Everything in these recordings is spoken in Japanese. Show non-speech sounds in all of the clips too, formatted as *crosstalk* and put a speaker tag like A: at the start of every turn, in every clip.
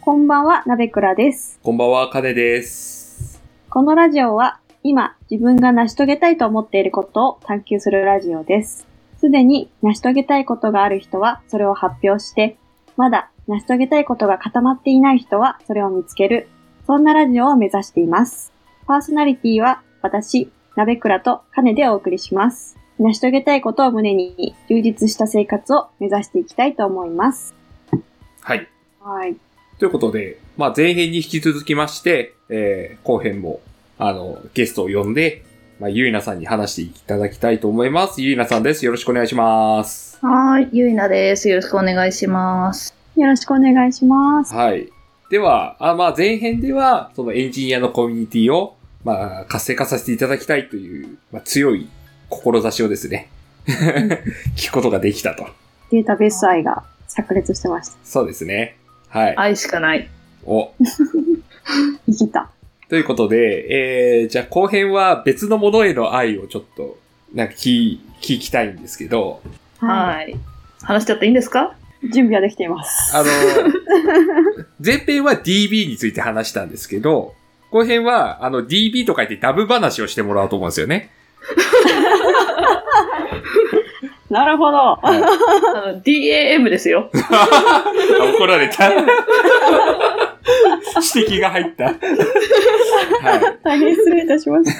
A: こんばんは、なべくらです。
B: こんばんは、カネです。
A: このラジオは、今、自分が成し遂げたいと思っていることを探求するラジオです。すでに成し遂げたいことがある人は、それを発表して、まだ成し遂げたいことが固まっていない人は、それを見つける。そんなラジオを目指しています。パーソナリティは、私、なべくらとカネでお送りします。成し遂げたいことを胸に、充実した生活を目指していきたいと思います。
B: はい。
A: はい。
B: ということで、まあ、前編に引き続きまして、えー、後編も、あの、ゲストを呼んで、まあ、ゆいなさんに話していただきたいと思います。ゆいなさんです。よろしくお願いします。
C: はーい、ゆいなです。よろしくお願いします。
A: よろしくお願いします。
B: はい。では、あまあ、前編では、そのエンジニアのコミュニティを、まあ、活性化させていただきたいという、まあ、強い志をですね、 *laughs* 聞くことができたと。
A: データベース愛が炸裂してました。
B: そうですね。はい。
C: 愛しかない。
B: お。
A: 生きた。
B: ということで、えー、じゃあ後編は別のものへの愛をちょっと、なんか聞、聞きたいんですけど、
C: はーい。話しちゃっていいんですか
A: い。準備はできています。
B: *laughs* あの、前編は DB について話したんですけど、後編は、あの、DB と書いてダブ話をしてもらおうと思うんですよね。
A: なるほど。
B: はい
C: あの DAM ですよ。
B: あ *laughs* 怒られた。 *laughs* 指摘が入った。はい。
A: 大変失礼いたしまし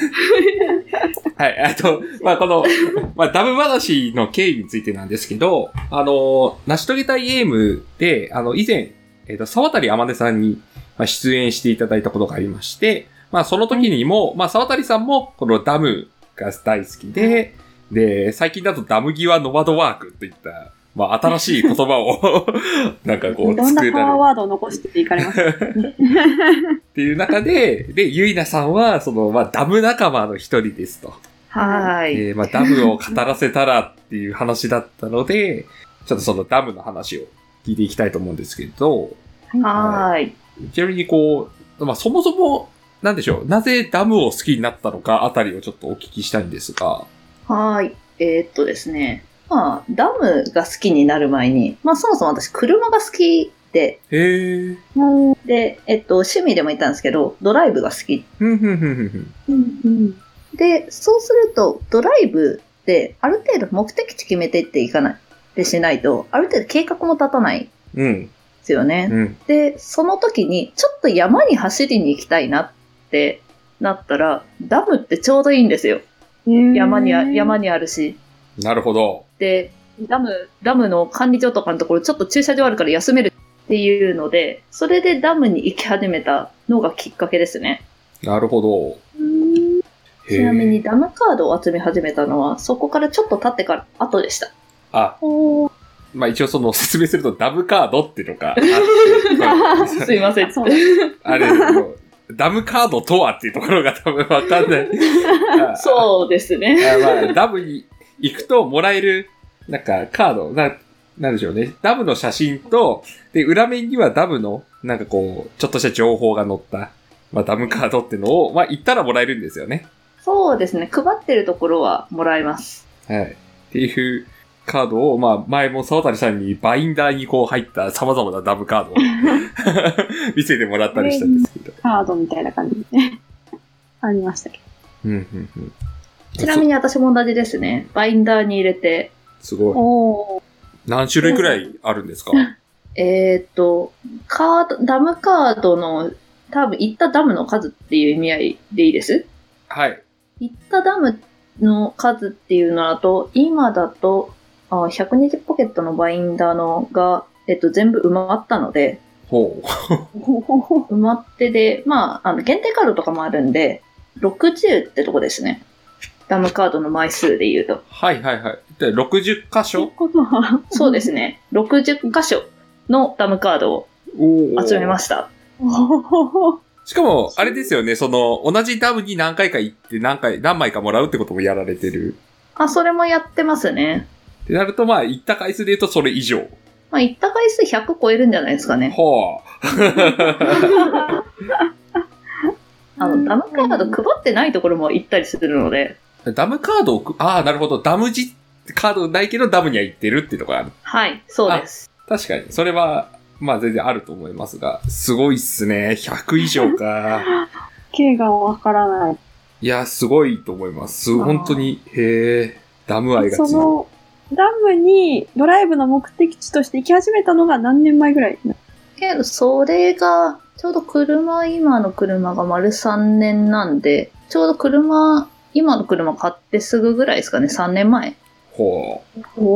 A: た。
B: はい、あと、まあ、この、まあ、ダブ話の経緯についてなんですけど、あの、成し遂げたいゲームで、あの、以前、えっ、と、沢渡天音さんに、まあ、出演していただいたことがありまして、まあ、その時にも、まあ、沢渡さんも、このダムが大好きで、で、最近だとダム際ノマドワークといった、まあ、新しい言葉を、 *laughs* なんかこ、
A: いうろんな
B: れ
A: パワーワードを残していかれました。
B: っていう中で、で、ゆいなさんは、その、まあ、ダム仲間の一人ですと。
C: はーい。
B: えーまあ、ダムを語らせたらっていう話だったので、 *laughs* ちょっとそのダムの話を聞いていきたいと思うんですけど、
C: はーい。
B: ちなみにこう、まあ、そもそも、なんでしょう、なぜダムを好きになったのかあたりをちょっとお聞きしたいんですが、
C: はーい。えーっとですね。まあ、ダムが好きになる前に、まあそもそも私車が好きで、
B: へえ、
A: うん
C: で、えっと、趣味でも言ったんですけど、ドライブが好き。
B: ふんふんふんふんふ
A: う
B: ん。
A: ん
C: で、そうすると、ドライブって、ある程度目的地決めていっていかない、ってしないと、ある程度計画も立たないんで
B: うん、
C: すよね。
B: うん、
C: で、その時に、ちょっと山に走りに行きたいなってなったら、ダムってちょうどいいんですよ。
A: うん
C: 山にあ、山
A: に。
C: にあるし。
B: なるほど。
C: で、ダム、ダムの管理所とかのところ、ちょっと駐車場あるから休めるっていうので、それでダムに行き始めたのがきっかけですね。
B: なるほど。
A: うん
B: へー
C: ちなみに。ダムカードを集め始めたのは、そこからちょっと経ってから後でした。
B: あ、
A: おー
B: まあ、一応その説明するとダムカードっていうの
C: *laughs*
B: があってうん
C: すいません。
A: そうです
B: あれ、ダムカードとはっていうところが多分わかん
C: *laughs*
B: ない。あ
C: そうですね。
B: あまあ、ダムに行くともらえる、なんか、カード、な、なんでしょうね。ダムの写真と、で、裏面にはダムの、なんかこう、ちょっとした情報が載った、まあ、ダムカードってのを、まあ、行ったらもらえるんですよね。
C: そうですね。配ってるところはもらえます。
B: はい。っていうカードを、まあ、前も沢谷さんにバインダーにこう入った様々なダムカードを
C: *laughs*
B: 見せてもらったりしたんですけど。
A: カードみたいな感じでありましたけど。
B: うん、うん、うん。
C: ちなみに私も同じですね。バインダーに入れて、
B: すごい。
A: おー
B: 何種類くらいあるんですか
C: えーっと、カード、ダムカードの、多分行ったダムの数っていう意味合いでいいです
B: はい。
C: 行ったダムの数っていうのだと、今だと、あ120ポケットのバインダーのが、えっと、全部埋まったので、
B: ほう。
A: ほほほ
C: 埋まってで、まあ、あの、限定カードとかもあるんで、60ってとこですね。ダムカードの枚数で言うと。
B: はいはいはい。で、60箇
A: って
B: 所
A: ことは、
C: そうですね。60箇所のダムカードを集めま
B: し
C: した。
A: ほほほ
B: しかも、あれですよね、その、同じダムに何回か行って、何回、何枚かもらうってこともやられてる。
C: あ、それもやってますね。
B: ってなると、まあ、行った回数で言うとそれ以上。
C: まあ、行った回数100超えるんじゃないですかね。
B: はあ。
C: あの、ダムカード配ってないところも行ったりするので、
B: ダムカードをく、ああ、なるほど。ダムじ、カードないけどダムには行ってるっていうのがある。
C: はい、そうです。
B: 確かに。それは、まあ全然あると思いますが、すごいっすね。100以上か。
A: K がわからない。
B: いや、すごいと思います。す
C: あー
B: 本当に、へえ、ダム愛が
A: そ
B: 強い。
A: の、ダムにドライブの目的地として行き始めたのが何年前ぐらい
C: けど、それが、ちょうど車、今の車が丸3年なんで、ちょうど車、今の車買ってすぐぐらいですかね、3年前。
B: ほ
A: お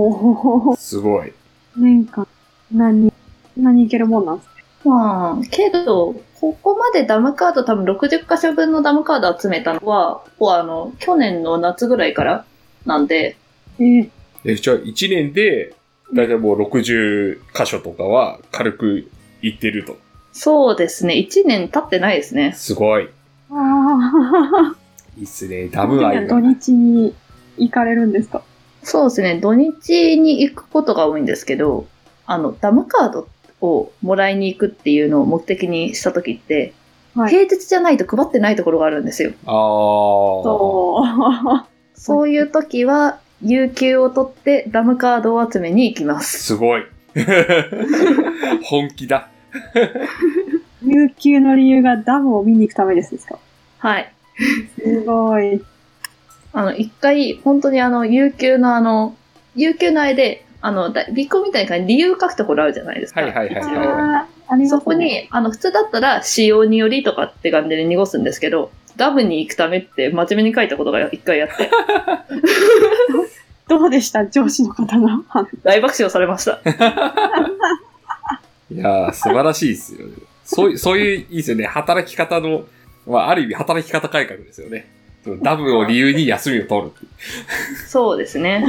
A: お
B: う、すごい。
A: 年間、何、何いけるもんなんすか
C: まあ、けど、ここまでダムカード多分60箇所分のダムカード集めたのは、もうあの、去年の夏ぐらいからなんで、
A: えー、
B: え、じゃあ1年で、だいたいもう60箇所とかは軽く行ってると。
C: そうですね、1年経ってないですね。
B: すごい。
A: あ
B: いいっすね。
A: あ、
B: ダム愛
A: 土。
B: が
A: 日に行かれるんですか
C: そうですね、土日に行くことが多いんですけど、あの、ダムカードをもらいに行くっていうのを目的にした時って、
A: はい
C: 平日じゃないと配ってないところがあるんですよ。
B: あー。
A: そう。 *laughs*
C: そういう時は、有給を取ってダムカードを集めに行きます。
B: す *laughs* ごい。本気だ。
A: 有給の理由がダムを見に行くためですですか
C: はい。
A: すごい。
C: あの、一回、本当にあの、有給のあの、有給の間で、あの、だビッコみたいな感じで理由書くところあるじゃないですか。
B: はいはいはい
C: 一
B: は
C: 応
B: いは
A: あーありますね
C: そこに、あの、普通だったら、使用によりとかって感じで濁すんですけど、ダブに行くためって真面目に書いたことが一回やって、 *laughs*
A: どうでした上司の方の反応
C: 大爆笑されました。
B: いやー、素晴らしいですよね。そういう、そういう、いいですよね。働き方の、まあ、ある意味働き方改革ですよね。ダブを理由に休みを取るっていう。
C: そうですね。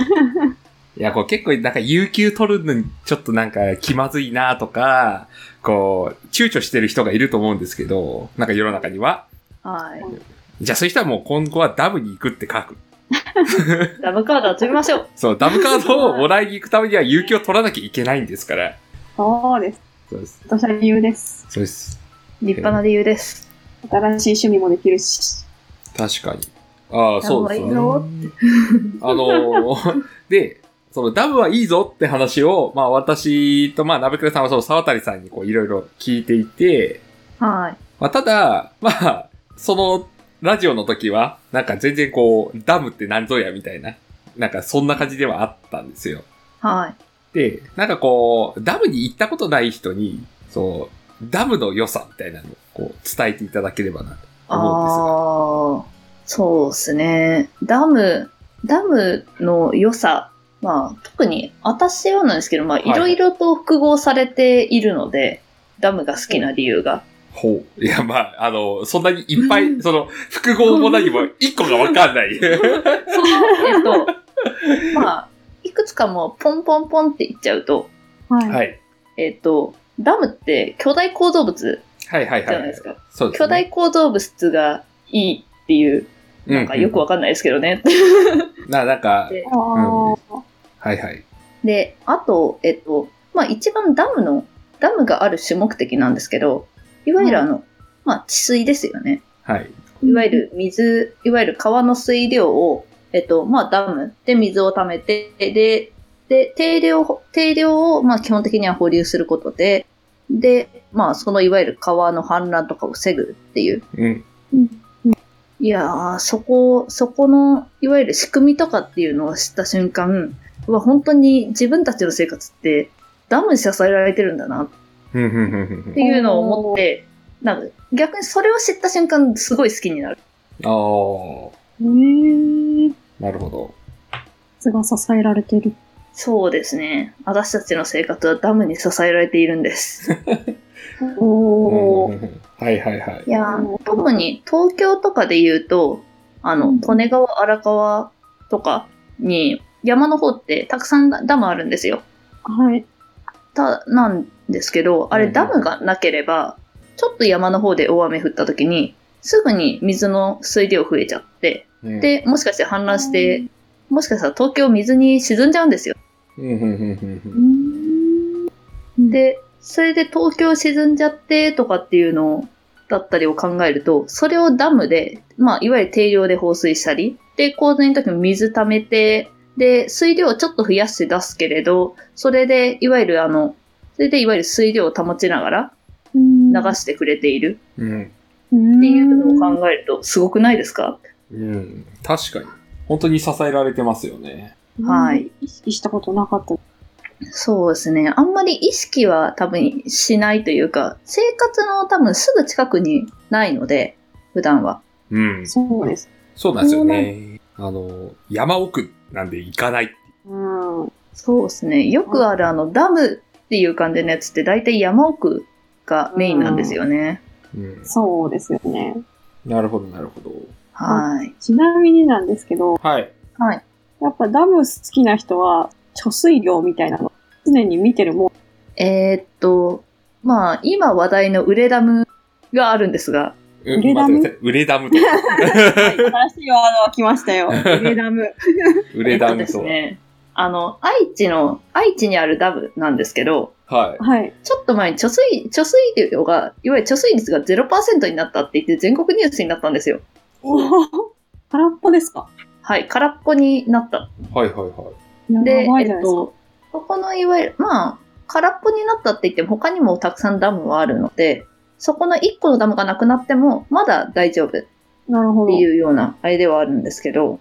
B: いや、こう結構なんか有給取るのにちょっとなんか気まずいなとか、こう、躊躇してる人がいると思うんですけど、なんか世の中には。
C: はい。
B: じゃあそういう人はもう今後はダブに行くって書く。
C: ダブカード集めましょう。
B: そう、ダブカードをもらいに行くためには有給を取らなきゃいけないんですから。
A: そうです。
B: そうです。
A: とした理由です。
B: そうです。
C: 立派な理由です。
A: 新しい趣味もできるし。
B: 確かに。ああ、そうですよね。
C: ダムはい
B: あのー *laughs* で、そのダムはいいぞって話を、まあ私と、まあナベクレさんはそう、沢谷さんにこういろいろ聞いていて、
C: はい。
B: まあただ、まあ、そのラジオの時は、なんか全然こう、ダムって何ぞやみたいな、なんかそんな感じではあったんですよ。
C: はい。
B: で、なんかこう、ダムに行ったことない人に、そう、ダムの良さみたいなのをこう伝えていただければなと思うんですよ。
C: ああ、そうですね。ダム、ダムの良さ、まあ、特に私はなんですけど、まあ、
B: はい
C: いろいろと複合されているので、ダムが好きな理由が。
B: ほう。いや、まあ、あの、そんなにいっぱい、その、複合も何も、一個がわかんない。
C: その、え
B: *laughs*
C: っと、まあ、いくつかもうポンポンポンって言っちゃうと、
A: はい。
B: はい。
C: えっと、ダムって巨大構造物
B: はいはい
C: じゃ
B: は
C: ないで
B: い
C: す。か。
B: そうです
C: 巨
B: ね。
C: 大構造物がいいっていう、なんかよくわかんないですけどね。 *laughs*
B: うんうんな、なんか、
C: で
A: あー
B: はいはい。
C: で、あと、えっと、まあ、一番ダムの、ダムがある種目的なんですけど、いわゆるあの、まあ、治水ですよね。
B: はい。
C: いわゆる水、いわゆる川の水量を、えっと、まあ、ダムで水を貯めて、で、で、定量、定量を、まあ、基本的には保留することで、で、まあ、そのいわゆる川の氾濫とかを防ぐっていう。
B: うん。
A: うん
C: いやー、そこ、そこの、いわゆる仕組みとかっていうのを知った瞬間、うわ、本当に自分たちの生活って、ダムに支えられてるんだなっ
B: うんうんうんうんうん
C: ていうのを思って、なんか、逆にそれを知った瞬間、すごい好きになる。
B: あー、
A: えー、
B: なるほど。
A: 靴が支えられてる。
C: そうですね。私たちの生活はダムに支えられているんです。
A: お
B: うん
A: ー。
B: うんうんはいはい *laughs* はい。
C: いやー、特に東京とかで言うと、あの、利根川、荒川とかに、山の方ってたくさんダムあるんですよ。
A: はい。
C: たなんですけど、あ
B: うんう
C: れ
B: ん
C: ダムがなければ、ちょっと山の方で大雨降った時に、すぐに水の水量増えちゃって、
B: うん、
C: で、もしかして氾濫して、もしかしたら東京水に沈んじゃうんですよ。
B: うんうんうんうんう
A: うんん。
C: で、それで東京沈んじゃってとかっていうのだったりを考えると、それをダムで、まあ、いわゆる定量で放水したり、で、洪水の時も水溜めて、で、水量をちょっと増やして出すけれど、それで、いわゆるあの、それでいわゆる水量を保ちながら
A: 流
C: 流してくれている
B: うん。
A: っ
C: っていうのを考えるとすごくないですか
B: うん。確かに。本当に支えられてますよね。
C: はい。
A: 意識したことなかった。
C: そうですね。あんまり意識は多分しないというか、生活の多分すぐ近くにないので、普段は。
B: うん。
A: そうです。
B: そうなんですよね。あの、山奥なんで行かない。
A: うん。
C: そうですね。よくあるあの、ダムっていう感じのやつって大体山奥がメインなんですよね。
B: うん。
A: そうですよね。
B: なるほど、なるほど。
C: はい。
A: ちなみになんですけど、
B: はい。
C: はい。
A: やっぱダム好きな人は、貯水量みたいなの、常に見てるもん。
C: えーっと、まあ、今話題のウレダムがあるんですが、
B: うん
A: ウレダム
B: 待ってくださいウレダ *laughs* ムと。
A: はい、新しいワードが来ましたよ。ウレダム。
B: ウレダ
C: えーっとで
B: ム
C: す
B: と。
C: ね。あの、愛知の、愛知にあるダムなんですけど、
B: はい。
A: はい。
C: ちょっと前に貯水、貯水量が、いわゆる貯水率が0%になったって言って全国ニュースになったんですよ。
A: おー空っぽですか
C: はい、空っぽになった。
B: はいはいはい。
A: やばい
C: で
A: じゃな、い
C: え
A: です
C: っ
A: か。
C: と、そこのいわゆる、まあ、空っぽになったって言っても他にもたくさんダムはあるので、そこの1個のダムがなくなってもまだ大丈夫っ
A: なるほ
C: て
A: ど。
C: いうようなあれではあるんですけど、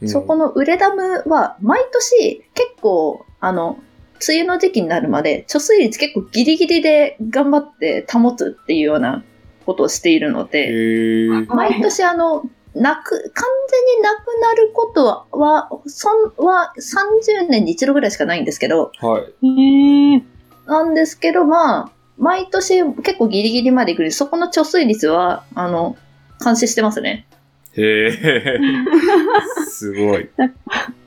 B: うん
C: そこのウレダムは毎年結構、あの、梅雨の時期になるまで貯水率結構ギリギリで頑張って保つっていうようなことをしているので、
B: へえ。
C: 毎年あの、なく、完全になくなることは、は、そん、は30年に一度ぐらいしかないんですけど、
B: はい。
A: へー。
C: なんですけど、まあ、毎年結構ギリギリまで来る、そこの貯水率は、あの、監視してますね。
B: へえ。すごい。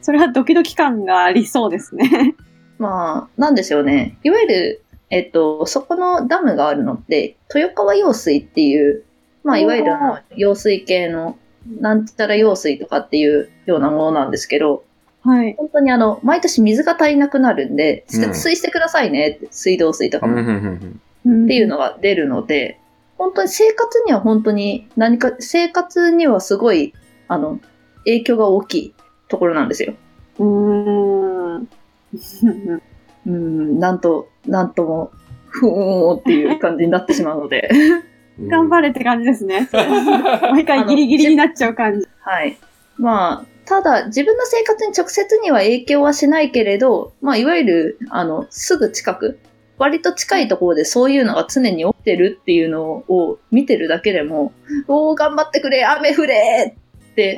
A: それはドキドキ感がありそうですね。
C: まあ、なんでしょうね。いわゆる、えっと、そこのダムがあるのって、豊川用水っていう、まあ、いわゆるあの用水系の、なんちゃら用水とかっていうようなものなんですけど、
A: はい。
C: 本当にあの、毎年水が足りなくなるんで、
B: うん
C: 節水してくださいねって、水道水とか
B: うんう
C: もっ
B: んうん
A: って
C: いうのが出るので、本当に生活には本当に何か、生活にはすごい、あの、影響が大きいところなんですよ。
A: うーん。
C: うん、なんと、なんとも、ふーんっていう感じになってしまうので、
B: うん
A: 頑張れって感じですね。
B: れ。
A: 毎回ギリギリになっちゃう感じ。
C: はい。まあ、ただ、自分の生活に直接には影響はしないけれど、まあ、いわゆる、あの、すぐ近く、割と近いところでそういうのが常に起きてるっていうのを見てるだけでも、おお、頑張ってくれ、雨降れって、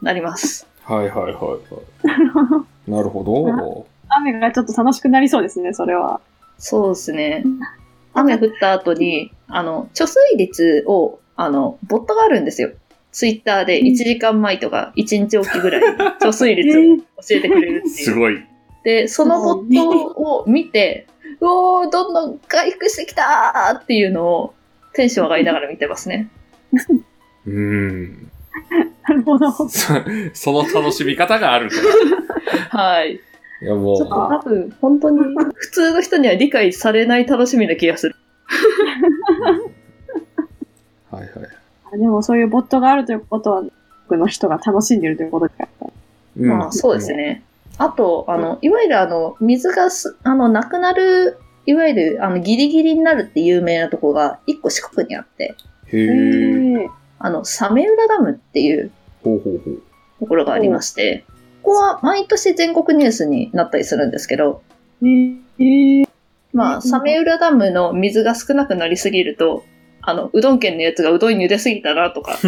C: なります。 *laughs*
B: はいはいはいはい。なるほど。
A: 雨がちょっと楽しくなりそうですね、それは。
C: そうですね。雨降った後に、あの、貯水率を、あの、ボットがあるんですよ。ツイッターで1時間前とか1日おきぐらいに貯水率を教えてくれるっていう。
B: *laughs* すごい。
C: で、そのボットを見て、 *laughs* うおー、どんどん回復してきたーっていうのをテンション上がりながら見てますね。
B: うん。
A: なるほど。
B: そ *laughs* その楽しみ方があると。
C: はい。
B: いや
C: ちょっと
B: も
C: 多分、本当に普通の人には理解されない楽しみな気がする。
B: う。はいはい。
A: あでもそういうボットがあるということは、多くの人が楽しんでるということですから。
B: うん
C: まあ、そうです。ね。あと、あの、いわゆるあの、水がす、あの、なくなる、いわゆる、あの、ギリギリになるって有名なとこが、一個四国にあって、
B: へえ。
A: へえ。
C: あの、サメ浦ダムっていう
B: ほうほうほう。
C: ところがありまして、ここは毎年全国ニュースになったりするんですけど、
A: へえ。
C: ま
A: うん
C: あ、サメ浦ダムの水が少なくなりすぎると、あの、うどん県のやつがうどん茹ですぎたなとか、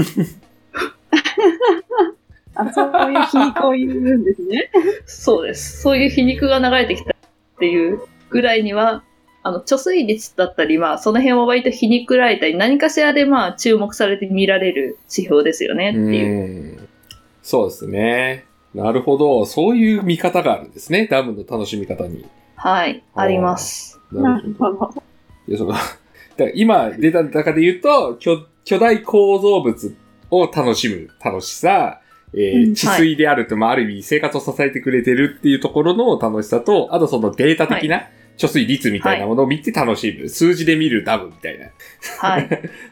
A: あ、そういう皮肉を言うんですね。
C: そうです。そういう皮肉が流れてきたっていうぐらいには、あの、貯水率だったり、まあ、その辺は割と皮肉られたり、何かしらでまあ、注目されて見られる指標ですよねっていう。
B: うん。そうですね。なるほど。そういう見方があるんですね。ダムの楽しみ方に。
C: はい、
B: あー
C: あります。
B: な
A: *laughs* な
B: るほ
A: る
B: ど。
A: ほど。
B: いやその *laughs* だから今出た中で言うと、巨巨大構造物を楽しむ楽しさ、えー
A: うん
B: 治水であると、まあ、ある意味生活を支えてくれてるっていうところの楽しさと、あとそのデータ的な貯水率みたいなものを見て楽しむ、数字で見るダムみたいな
C: はい、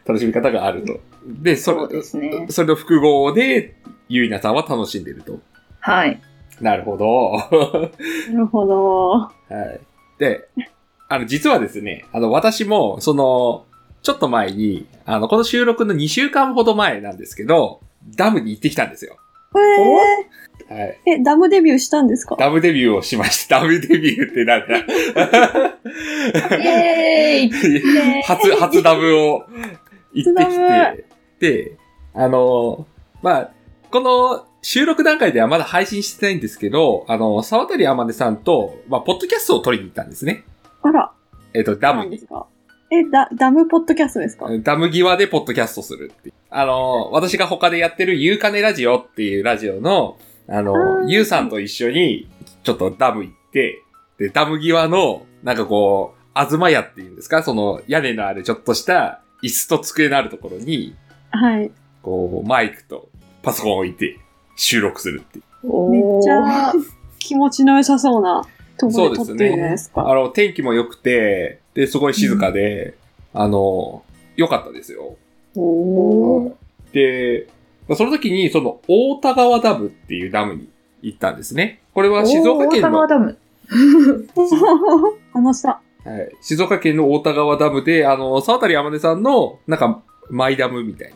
B: 楽しみ方があると。で、そ
C: そう
B: れ
C: で、すね。
B: それの複合で、ゆいなさんは楽しんでると。
C: はい。
B: なるほど。
A: なるほど。
B: はい。で、あの、実はですね、あの、私も、その、ちょっと前に、あの、この収録の2週間ほど前なんですけど、ダムに行ってきたんですよ。
A: え
B: はい。
A: ー、え、ダムデビューしたんですか
B: ダブデビューをしました。ダブデビューって *laughs* なんだ。
C: イエーイ
B: 初、初ダブを行って
A: 初ダ
B: きて、で、あの、まあ、この収録段階ではまだ配信してないんですけど、あの、沢渡天音さんと、まあ、ポッドキャストを撮りに行ったんですね。
A: あら、
B: えっ、と、ダ
A: そうな
B: ム
A: んで
B: に。
A: すかえ、ダ、ダムポッドキャストですか
B: ダム際でポッドキャストするっていう。あの、私が他でやってるゆうかねラジオっていうラジオの、あ
A: あー
B: の、ゆうさんと一緒に、ちょっとダム行って、で、ダム際の、なんかこう、あずま屋っていうんですかその屋根のあるちょっとした椅子と机のあるところに、
A: はい。
B: こう、マイクとパソコンを置いて収録するっていう。
A: めっちゃ
C: おー
A: 気持ちの良さそうなとこ
B: そう
A: ろで
B: で
A: 撮っ
B: す
A: てるじゃない
B: ね
A: です。か。
B: あの、天気も良くて、で、すごい静かで、あの、良かったですよ。
C: おー
B: で、その時にその大田川ダムっていうダムに行ったんですね。これは静岡県
C: 大田
B: の、
C: 川
B: は
C: ダム。
A: *laughs* あのさ、
B: い、静岡県の大田川ダムで、あの、沢渡天音さんの、なんか、マイダムみたい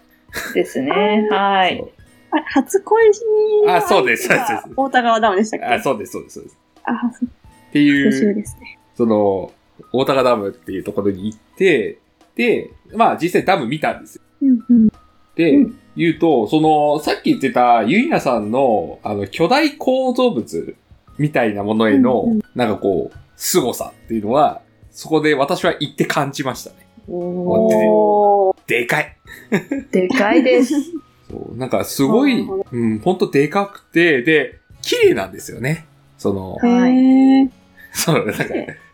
C: ですね。は
B: な。
C: い
B: そ。う
A: あれ、初恋しに。
B: あそうですそうですそうです
A: 大田川ダムでしたっけ
B: あ、そうです、そうです、そうです。
A: あ、そう
B: ってい
A: 年上
B: う、
A: ですね。
B: その、大田川ダムっていうところに行って、で、まあ実際ダム見たんですよ。
A: うんうん。
B: で、
C: うん
B: 言うと、その、さっき言ってたゆいなさんの、あの、巨大構造物みたいなものへの、
A: うんう
B: なんかこう、凄さっていうのは、そこで私は行って感じましたね。
A: おー。
B: でかい
C: でかいです。
B: そう、なんかすごい、
A: なるほ
B: うん、ほんとでかくて、で、綺麗なんですよね。
A: *laughs*
B: その、
A: へ
C: はい
A: ー。
B: そう、なんか、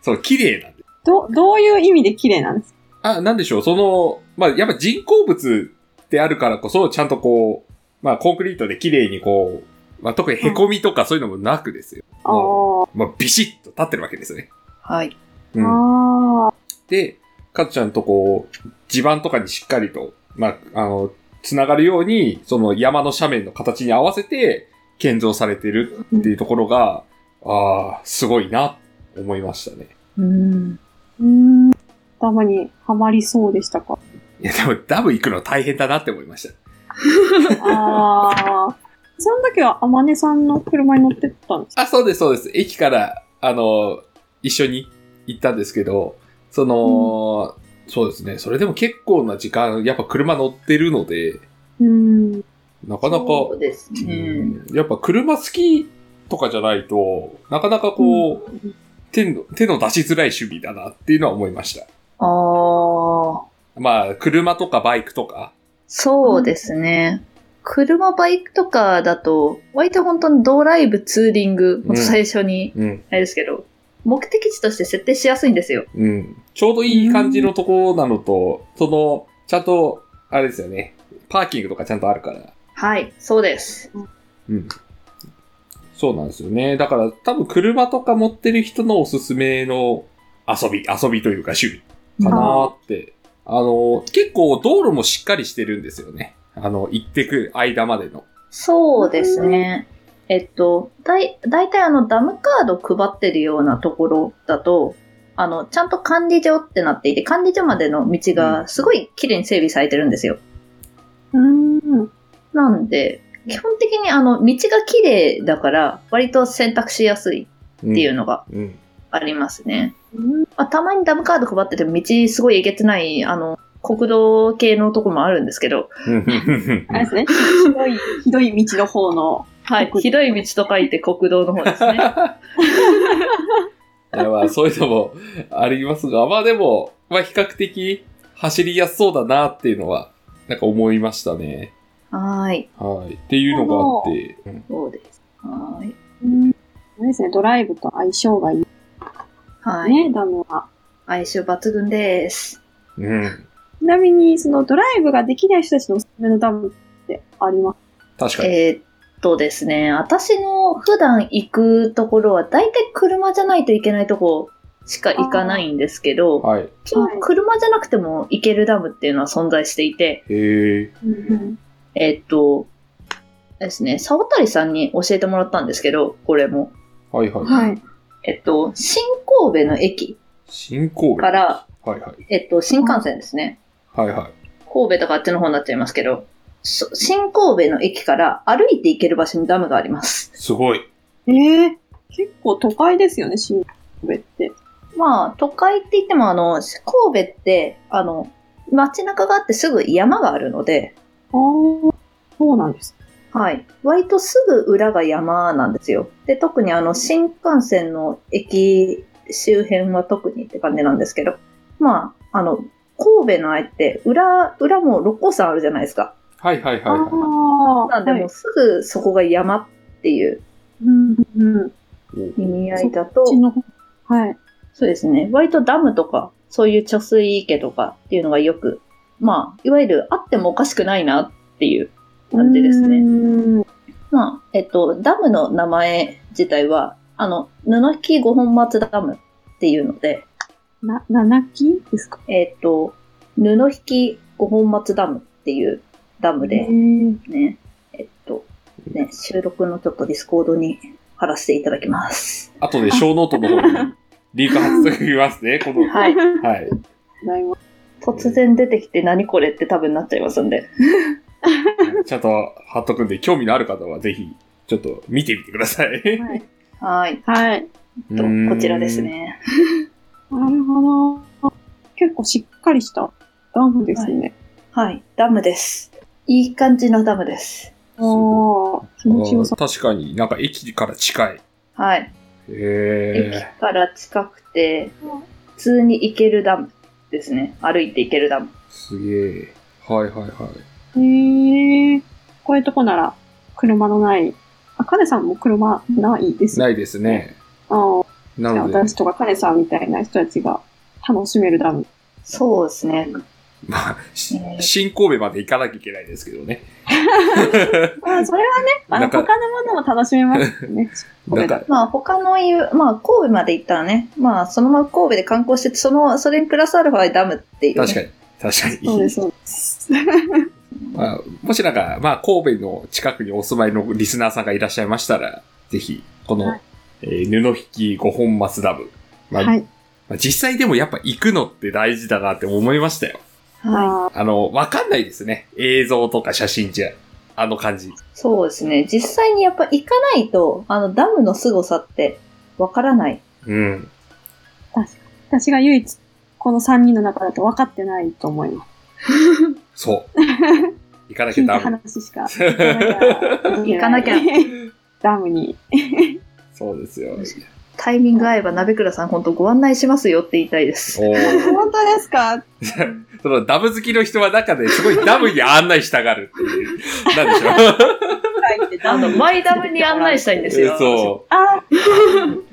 B: そう、綺麗なんで。
A: ど、どういう意味で綺麗なんですか
B: あ、なんでしょう、その、まあ、やっぱ人工物であるからこそ、ちゃんとこう、まあ、コンクリートで綺麗にこう、まあ、特に凹みとかそういうのもなくですよ。
A: あー。
B: まあ、ビシッと立ってるわけですよね。
C: はい。
B: うん
A: あー。
B: で、かつちゃんとこう、地盤とかにしっかりと、まあ、あの、つながるように、その山の斜面の形に合わせて建造されてるっていうところが、ああ、すごいな、思いましたね。
C: うん。
A: うーん。ダムにはまりそうでしたか。
B: いや、でもダム行くの大変だなって思いました。
A: あー。その時は、あまねさんの車に乗ってったんですか
B: あ、そうです、そうです。駅から、あの、一緒に行ったんですけど、その、そうですね。それでも結構な時間、やっぱ車乗ってるので、
A: うーん。
B: なかなか、
C: そうですね。
B: やっぱ車好きとかじゃないと、なかなかこう、手の、手の出しづらい趣味だなっていうのは思いました。
C: ああ。
B: まあ、車とかバイクとか。
C: そうですね。車、バイクとかだと、割と本当にドライブ、ツーリング、ほんと最初に、
B: うん。
C: あれですけど、目的地として設定しやすいんですよ。
B: うん。ちょうどいい感じのところなのと、その、ちゃんと、あれですよね。パーキングとかちゃんとあるから。
C: はい、そうです。
B: うん。そうなんですよね。だから、多分車とか持ってる人のおすすめの遊び、遊びというか趣味かなーって。あの、結構道路もしっかりしてるんですよね。あの、行ってく間までの。
C: そうですね。えっと、だい、だいたいあの、ダムカード配ってるようなところだと、あの、ちゃんと管理所ってなっていて、管理所までの道がすごい綺麗に整備されてるんですよ。
A: うーん。
C: なんで、基本的にあの、道が綺麗だから、割と選択しやすい
B: っ
C: っていうのが
B: うん。
C: ありますね。
A: うん
C: まあ、たまにダムカード配ってても道すごいえげつない、あの、国道系のとこもあるんですけど、
A: あれですね。ひどい、ひどい道の方の。
C: はい、
A: 国
C: *laughs* ひどい道と書いて国道の方ですね。 *laughs*
B: いやまあ、そういうのもありますが、まあでも、まあ比較的走りやすそうだなっていうのは、なんか思いましたね。
C: はい、
B: はい。っていうのがあって、うん
C: そうです。はい。
A: うん。あれですね、ドライブと相性がいい
C: はい。
A: ね、ダムは。
C: 相性抜群です。
B: うん。
A: ちなみに、そのドライブができない人たちのおすすめのダムってあります
B: 確かに。
C: えーっとですね、私の普段行くところは、だいたい車じゃないといけないとこしか行かないんですけど、
B: はい。
C: 一応車じゃなくても行けるダムっていうのは存在していて、
B: へえ。
A: うん
C: えーっと、ですね、沢渡さんに教えてもらったんですけど、これも。
B: はいはい。
A: はい。
C: えっと、新神戸の駅
B: 新神戸。
C: から、
B: はいはい。
C: えっと、新幹線ですね。
B: はいはい。
C: 神戸とかあっちの方になっちゃいますけど、そ新神戸の駅から歩いて行ける場所にダムがあります。
B: すごい。
A: ええ結構都会ですよね、新神戸って。
C: まあ、都会って言っても、あの、神戸って、あの、街中があってすぐ山があるので、
A: ああ、そうなんです。
C: はい。割とすぐ裏が山なんですよ。で、特にあの、新幹線の駅周辺は特にって感じなんですけど、まあ、あの、神戸のあえって、裏、裏も六甲山あるじゃないですか。
B: はいはいはいはい。
A: ああ、
C: なんで、
A: はい
C: もうすぐそこが山っていう
A: うんうん。こ
C: 意味合いだと
A: っ、ちの方はい。
C: そうですね。割とダムとか、そういう貯水池とかっていうのがよく、まあ、いわゆるあってもおかしくないなっていう感じですね。
A: ね。
C: まあ、えっと、ダムの名前自体は、あの、布引五本松ダムっていうので、
A: な、七期ですか
C: えっと、布引五本松ダムっていうダム
A: え
C: で
A: ー
C: ね、えっと、ね、収録のちょっとディスコードに貼らせていただきます。
B: あとで小ノートの方にリンク貼っときますね、この。は
C: はい。
B: い。
A: ないわ
C: 突然出てきて何これって多分なっちゃいますんで。
B: ちゃんと貼っとくんで、興味のある方はぜひ、ちょっと見てみてください。
A: はい。
C: はい。
A: はい。
C: とこちらです。ね。
A: なるほど。結構しっかりしたダムですね。
C: はい。ダムです。いい感じのダムです。
A: おー、気
B: あ
A: 持ちよさ
B: ー確かになんか駅から近い。
C: はい。駅
B: へ
C: から近くて
A: うん、
C: 普通に行けるダムですね。歩いて行けるダム。
B: ー。すげえ。はいはいは
A: へ
B: い。
A: えー、こういうとこなら車のない。あ、カネさんも車ないです。
B: ないですね。
A: あー
B: な
A: じゃあ
B: ので、
A: 私とかカネさんみたいな人たちが楽しめる
B: *laughs*
A: ダム。
C: そうですね。
B: まあ、し
C: えー
B: 新神戸まで行かなきゃいけないですけどね。
A: まあ、それはね、あ
B: な
A: の
B: んか
A: 他のものも楽しめますね。
B: *laughs* なんか、
C: まあ他のいう、まあ神戸まで行ったらね、まあそのまま神戸で観光して、その、それにプラスアルファでダムっていう、ね。
B: 確かに。確かに。
A: そうです、そうです。
B: まあ、もしなんか、まあ、神戸の近くにお住まいのリスナーさんがいらっしゃいましたら、ぜひ、この、
A: はい
B: えー布引き五本松ダム。まあ
A: はい。
B: まあ実際でもやっぱ行くのって大事だなって思いましたよ。
C: はい。
A: あ
B: あの、わかんないですね。映像とか写真じゃ、あの感じ。
C: そうですね。実際にやっぱ行かないと、あのダムの凄さってわからない。
B: うん。
A: 私が唯一、この3人の中だと分かってないと思います。
B: そう。行かな
A: 聞
B: きゃ
A: いた
B: ダメ。
A: 話しか聞かなきゃ。
C: 行かなきゃ。
A: ダム
B: *laughs*
A: に。
B: そうですよ。
C: タイミング合えば、鍋倉さん本当ご案内しますよって言いたいです。
B: おー
A: 本当ですか
B: そのダム好きの人は中ですごいダムに案内したがるっていう。なんでしょう。
C: あの、マイダムに案内したいんです
B: *laughs*
C: よ。
B: そ
A: あ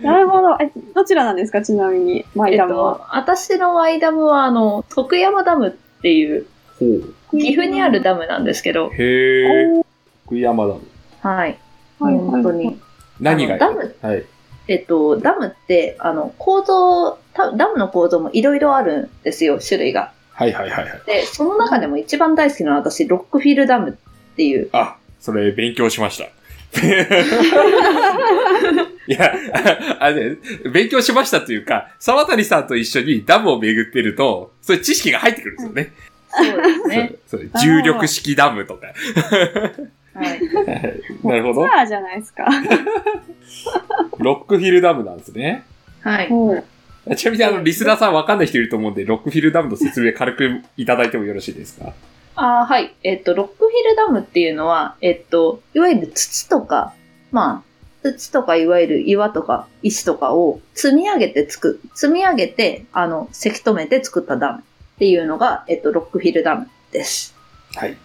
A: なるほど。え、どちらなんですかちなみに、マイ
C: えっ
A: ダムは。
C: と、私のマイダムは、あの、徳山ダムっていう、
B: う。ほう。
C: 岐阜にあるダムなんですけど、
B: へえ。福山ダム。
C: はい。
A: はいはい
C: 本当に。
B: 何が
C: あのダム
B: はい。
C: えっと、ダムって、あの、構造、たダムの構造もいろいろあるんですよ、種類が。
B: はいはいはいはい。
C: で、その中でも一番大好きなのは私、ロックフィルダムっていう。
B: あ、それ勉強しました。 *laughs* いや、ああれ、勉強しましたというか、沢谷さんと一緒にダムを巡ってると、そういう知識が入ってくるんですよね。
C: そうですね。
B: そうそう重力式ダムとか。
C: *laughs* はい。
B: なるほ
A: ツアーじゃないですか。
B: ど。ロックフィルダムなんですね。
C: はい。
A: も
B: ちなみにあの、リスナーさんわかんない人いると思うんで、ロックフィルダムの説明軽くいただいてもよろしいですか
C: あーはい。えっと、ロックフィルダムっていうのは、えっと、いわゆる土とか、まあ、土とかいわゆる岩とか石とかを積み上げて作る、積み上げて、あの、せき止めて作ったダムっていうのが、えっと、ロックフィルダムです。
B: はい。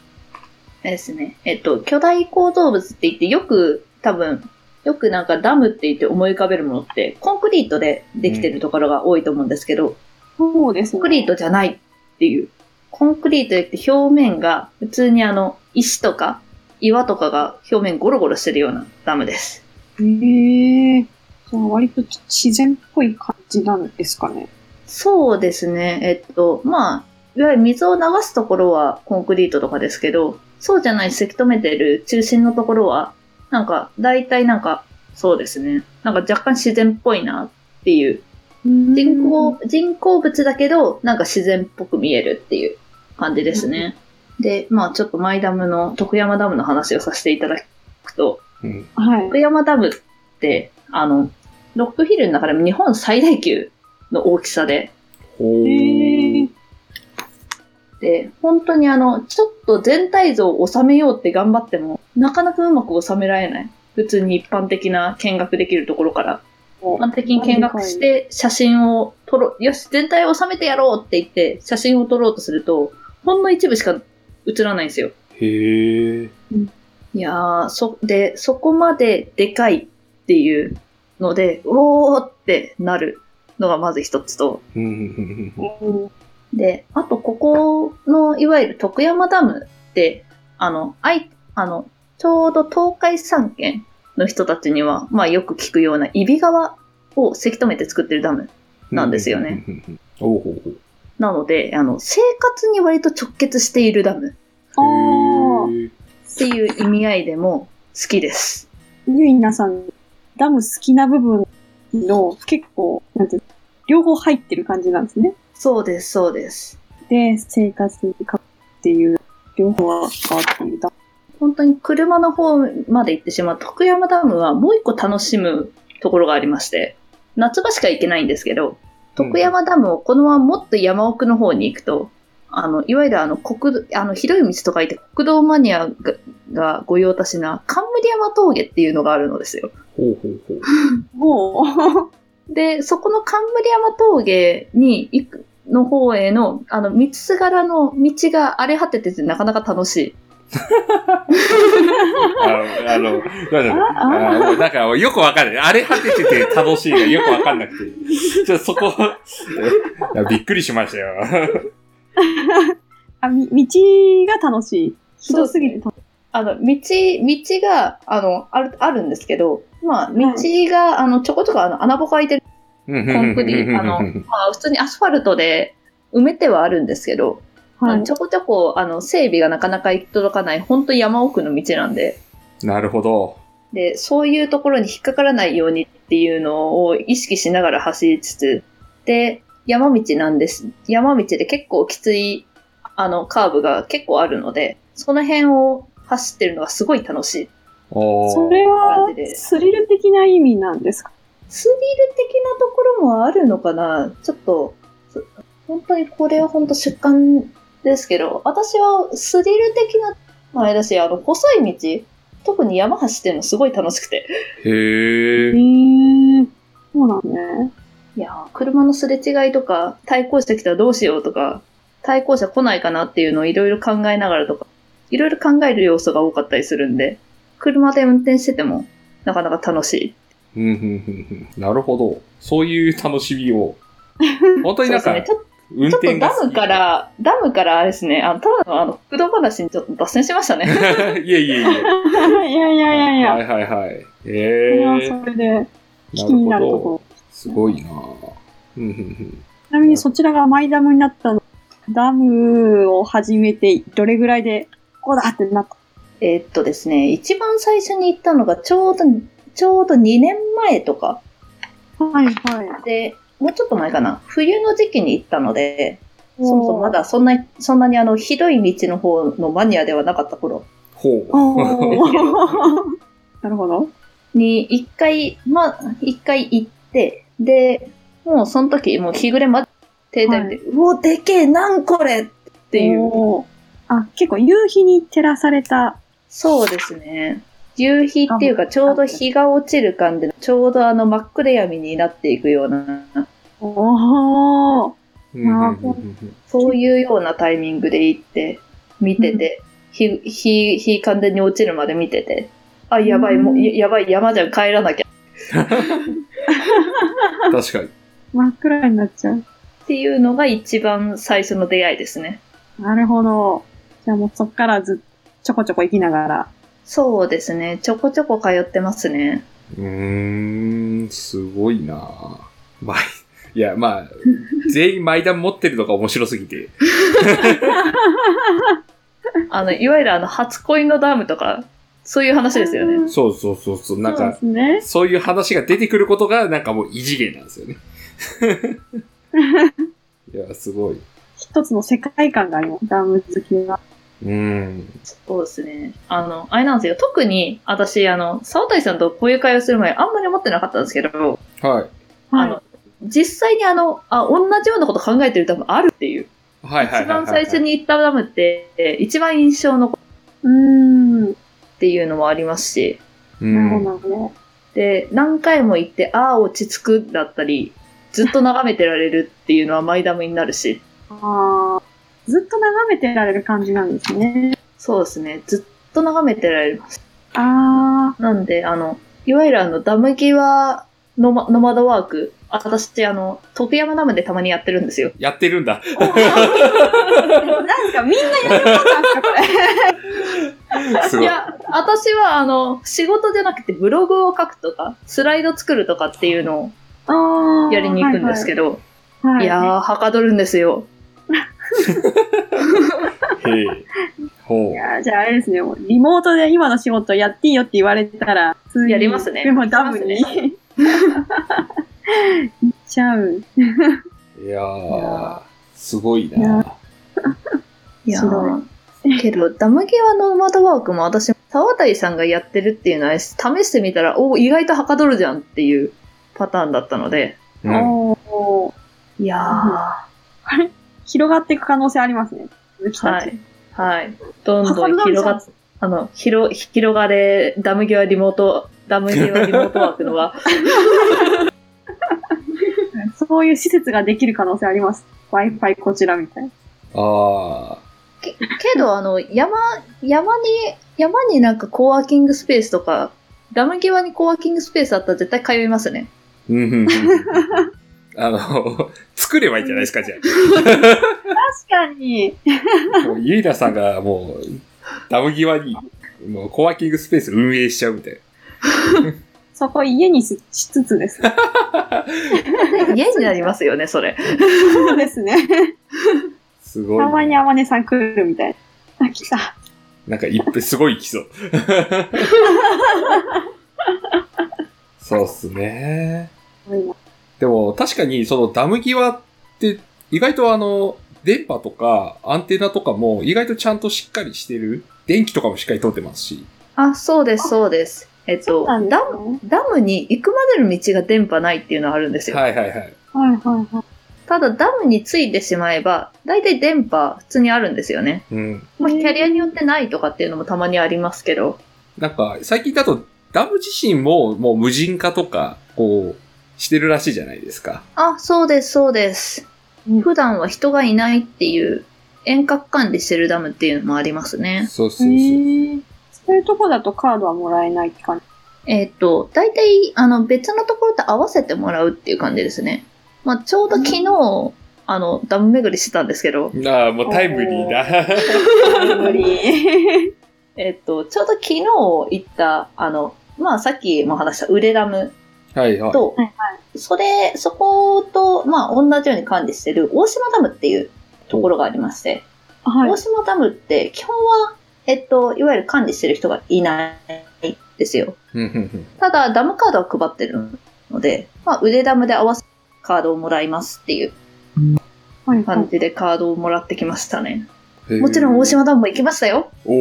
C: ですね。えっと、巨大構造物って言ってよく、多分、よくなんかダムって言って思い浮かべるものって、コンクリートでできてるところが多いと思うんですけど、
A: う、そうです
C: コ
A: ね。
C: ンクリートじゃないっていう。コンクリートって表面が普通にあの石とか岩とかが表面ゴロゴロしてるようなダムです。
A: へえー。じゃあ割と自然っぽい感じなんですかね。
C: そうですね。えっと、まあ、いわゆる水を流すところはコンクリートとかですけど、そうじゃないせき止めてる中心のところは、なんか大体なんかそうですね。なんか若干自然っぽいなっていう人工、人工物だけど、なんか自然っぽく見えるっていう感じですね。で、まあちょっとマイダムの、徳山ダムの話をさせていただくと、
B: うん。
A: はい
C: 徳。山ダムって、あの、ロックヒルの中でも日本最大級の大きさで、
B: ほ
A: へ
B: ー
A: ー。
C: で、本当にあの、ちょっと全体像を収めようって頑張っても、なかなかうまく収められない。普通に一般的な見学できるところから、一般的に見学して写真を撮ろう、よし、全体を収めてやろうって言って、写真を撮ろうとすると、ほんの一部しか映らないんですよ。
B: へー。
C: いやー、そ、で、そこまででかいっていうので、おーってなるのがまず一つと、
B: うんうんうん
A: うん
C: で、あと、ここの、いわゆる徳山ダムって、あの、あい、あの、ちょうど東海三県の人たちには、まあよく聞くような、揖斐川をせき止めて作ってるダム。なんですよね。
B: うんうんうんほうほう
C: なので、あの、生活に割と直結しているダムっ
B: ほ
A: ああ、
B: うへー。
C: ていう意味合いでも好きです。
A: ゆいなさん、ダム好きな部分の結構、なんていう両方入ってる感じなんですね。
C: そうです、そうです。
A: で、生活にかっていう、両方が変わっているダ
C: 本当に車の方まで行ってしまう徳山ダムはもう一個楽しむところがありまして、夏場しか行けないんですけど、徳山ダムをこのままもっと山奥の方に行くと、あの、いわゆるあの、国道、あの、広い道と書いて国道マニアがが御用達な冠山峠っていうのがあるのですよ。
B: ほうほうほう。
A: ム。もう、
C: で、そこの冠山峠に行く、の方への、あの、道すがらの道が荒れ果てててなかなか楽しい。
B: あの、あの、なんだろう
A: あ
B: あ
A: あ
B: のなんか、よくわかんない。荒れ果ててて楽しいがよくわかんなくて。ちょっとそ
C: *laughs*
B: こ、いやびっくりしましたよ。
A: あ、み道が楽しい。ひどすぎて楽し
C: あの、道、道が、あの、ある、あるんですけど、まあ、道が、あの、ちょこちょこ、あの、穴ぼこ開いてる。コンクリあのまあ、普通にアスファルトで埋めてはあるんですけど、
A: い。は
C: あ
A: い
C: のち。ょこちょこ、あの、整備がなかなか行き届かない、本当に山奥の道なんで、
B: *laughs* なるほど。
C: で、そういうところに引っかからないようにっていうのを意識しながら走りつつ、で、山道なんです。山道で結構きつい、あの、カーブが結構あるので、その辺を走ってるのがすごい楽しい。
B: おー
A: それは
C: 感じで、
A: スリル的な意味なんですか
C: スリル的なところもあるのかなちょっと、そ本当にこれは本当出感ですけど、私はスリル的な、まああれだし、あの、細い道、特に山走ってるのすごい楽しくて。
A: へ
B: へえ。
A: ー。そうなんね。 *laughs*
C: いやー車のすれ違いとか、対向車来たらどうしようとか、対向車来ないかなっていうのをいろいろ考えながらとか、いろいろ考える要素が多かったりするんで、車で運転してても、なかなか楽しい。
B: うんうんうんうんなるほど。そういう楽しみを。本当になん
C: そう
B: か
C: ですね。、ちょっと
B: 運
C: ちょっ
B: 転
C: と
B: が
C: ダ
B: 好
C: ム
B: き。
C: から、ダムからあれですね、あの、ただのあの、国道話にちょっと脱線しまし
B: *laughs*
C: たね。
B: いえいえいえ。
A: いやいやいやいや。
B: はいはいはい。
A: そ
B: え
A: れは
B: え。
A: それで気
B: な
A: になる
B: る
A: と
B: ほ
A: こ
B: ど。
A: ろ。
B: すごいなぁうんうんうん
A: ちなみにそちらがマイダムになったの、ダムを始めてどれぐらいで、こうだってなった。
C: えーっとですね、一番最初に行ったのがちょうど、ちょうど2年前とか
A: はいはい。
C: で、もうちょっと前かな、冬の時期に行ったので、
A: おー
C: そもそもまだそんな、そんなにあの、ひどい道の方のマニアではなかった頃
B: ほ
A: おー *laughs* なるほど。
C: に、一回、まあ、一回行って、で、もうその時、もう日暮れまで停電で、うお、でけえ、なんこれっていう。
A: おー。あ、結構夕日に照らされた。
C: そうですね。夕日っていうか、ちょうど日が落ちる感じの、ちょうどあの真っ暗闇になっていくような、
A: おー。
B: う。うんうんうんうん
C: そういうようなタイミングで行って、見てて、日、日、日完全に落ちるまで見てて、あ、やばい、もう、ややばい、山じゃん、帰らなきゃ
B: 確かに。
A: 真っ暗になっちゃう。
C: っていうのが一番最初の出会いですね。
A: なるほど。じゃあもうそっからずっとちょこちょこ行きながら。
C: そうですね。ちょこちょこ通ってますね。
B: うーん、すごいなぁまあ、いや、まあ、全員マイダン持ってるのが面白すぎて。
C: あの、いわゆるあの、初恋のダムとか、そういう話ですよね。
A: そ
B: そうそうそうそう、なん
A: うで
B: か、
A: すね。
C: *laughs*
B: そういう話が出てくることが、なんかもう異次元なんですよね。いや、すごい。
A: 一つの世界観があります。ダム好きは。
B: うん。
C: そうですね。あの、あれなんですよ。特に、私、あの、沢谷さんとこういう会話する前、あんまり思ってなかったんですけど、
B: はい。
C: あの、実際にあの、あ、同じようなこと考えてるダムあるっていう。
B: はいはいはいはい、はい。
C: 一番最初に行ったダムって、えー一番印象の
A: うーん。な
C: っていうのもありますし、
B: う
A: るほど、
B: ん。
A: なるほど。
C: で、何回も行って、ああ、落ち着くだったり、ずっと眺めてられるっていうのはマイダムになるし、
A: あーずっと眺めてられる感じなんですね。
C: そうですね。ずっと眺めてられます。
A: あ
C: なんで、あの、いわゆるあの、ダム際ノマノマドワーク、私ってあの、徳山ダムでたまにやってるんですよ。
B: やってるん
C: *laughs*
B: だ。
A: ー。なんかみんなやることなんですか、これ。
B: す
C: い
B: ごい。
C: や、私はあの、仕事じゃなくてブログを書くとか、スライド作るとかっていうの
A: あ
C: をやりに行くんですけ
A: ど。
C: ど、
A: はい
C: いやー、はかどるんですよ。
B: へえ。ほ。
A: いうやーじゃああれですね、もうリモートで今の仕事やっていいよって言われたら、普通に
C: やりますね
A: でもダムに。
C: やり
A: *laughs* 行っちゃう。
B: いやー
C: や、
B: すごい
A: いや
B: な。
C: いや
A: 白
C: ー。けど、ダム際ノマドワークも私、沢渡さんがやってるっていうのは、試してみたら、お意外とはかどるじゃんっていうパターンだったので、
B: うん
A: おおー
C: いやー、
A: 広がっていく可能性ありますね。鈴木た
C: は
A: ち。
C: い。はい。どんどん広がっ、あの、広、広がれ、ダム際リモート、ダム際リモートワーク
A: *laughs*
C: のは、
A: そういう施設ができる可能性あります。Wi-Fi こちらみたいな。
B: あ
C: けけど、あの、山、山に、山になんかコワーキングスペースとか、ダム際にコワーキングスペースあったら絶対通います
A: *laughs*
C: ね。
B: ー。うんうんうん。あの、作ればいいんじゃないですか、じゃ
A: 確かに。
B: あ。もうゆいなさんがもう、ダム際に、もうコワーキングスペース運営しちゃうみたい
A: そこ家にししつつです。
C: 家になりますよね、それ。
A: そうですね。
B: な。すごい。
A: *laughs* たまに天音さん来るみたいな。あ、来た。
B: なんかいっぺんすごい来
C: *laughs*
B: そう。そうっすね。
A: すごいな
B: でも確かにそのダム際って意外とあの、電波とかアンテナとかも意外とちゃんとしっかりしてる。電気とかもしっかり通ってますし。
C: あ、そうです、そうです。えっ
A: そ
C: と、
A: うなんです
C: ダム、
A: ね。
C: ダムに行くまでの道が電波ないっていうのはあるんですよ。
B: はいはいはい。
A: はいはいはい。
C: ただ、ダムについてしまえば、大体電波普通にあるんですよね。
B: うん。
C: ま
A: う
C: あ、キ
A: ん
C: ャリアによってないとかっていうのもたまにありますけど。
B: なんか最近だとダム自身ももう無人化とか、こう、してるらしいじゃないですか。
C: あ、そうです、そうです
A: うん。
C: 普段は人がいないっていう、遠隔管理してるダムっていうのもありますね。
B: そう
A: へ
B: そうそう。
A: ーそういうとこだとカードはもらえないって感
B: *laughs*
A: じ。
C: えっ、と、大体、あの、別のところと合わせてもらうっていう感じですね。まあ、ちょうど昨日、あの、ダム巡りしてたんですけど、
B: ああ、もうタイムリーだ。
A: 無理。
C: えっ、と、ちょうど昨日行った、あの、まあ、さっきも話したウレダム
B: *laughs* はいはい。
C: と、
A: はい
C: それ、そこと、まあ、同じように管理してる大島ダムっていうところがありまして、
A: はい
C: 大。島ダムって基本は、えっと、いわゆる管理してる人がいないんですよ。
B: うんうんうん
C: ただ、ダムカードは配ってるので、まあ、腕ダムで合わせカードをもらいますっていう
A: はいは
C: 感
A: い。
C: じでカードをもらってきましたね。
B: へー
C: もちろん大。島ダムも行きましたよ。
B: お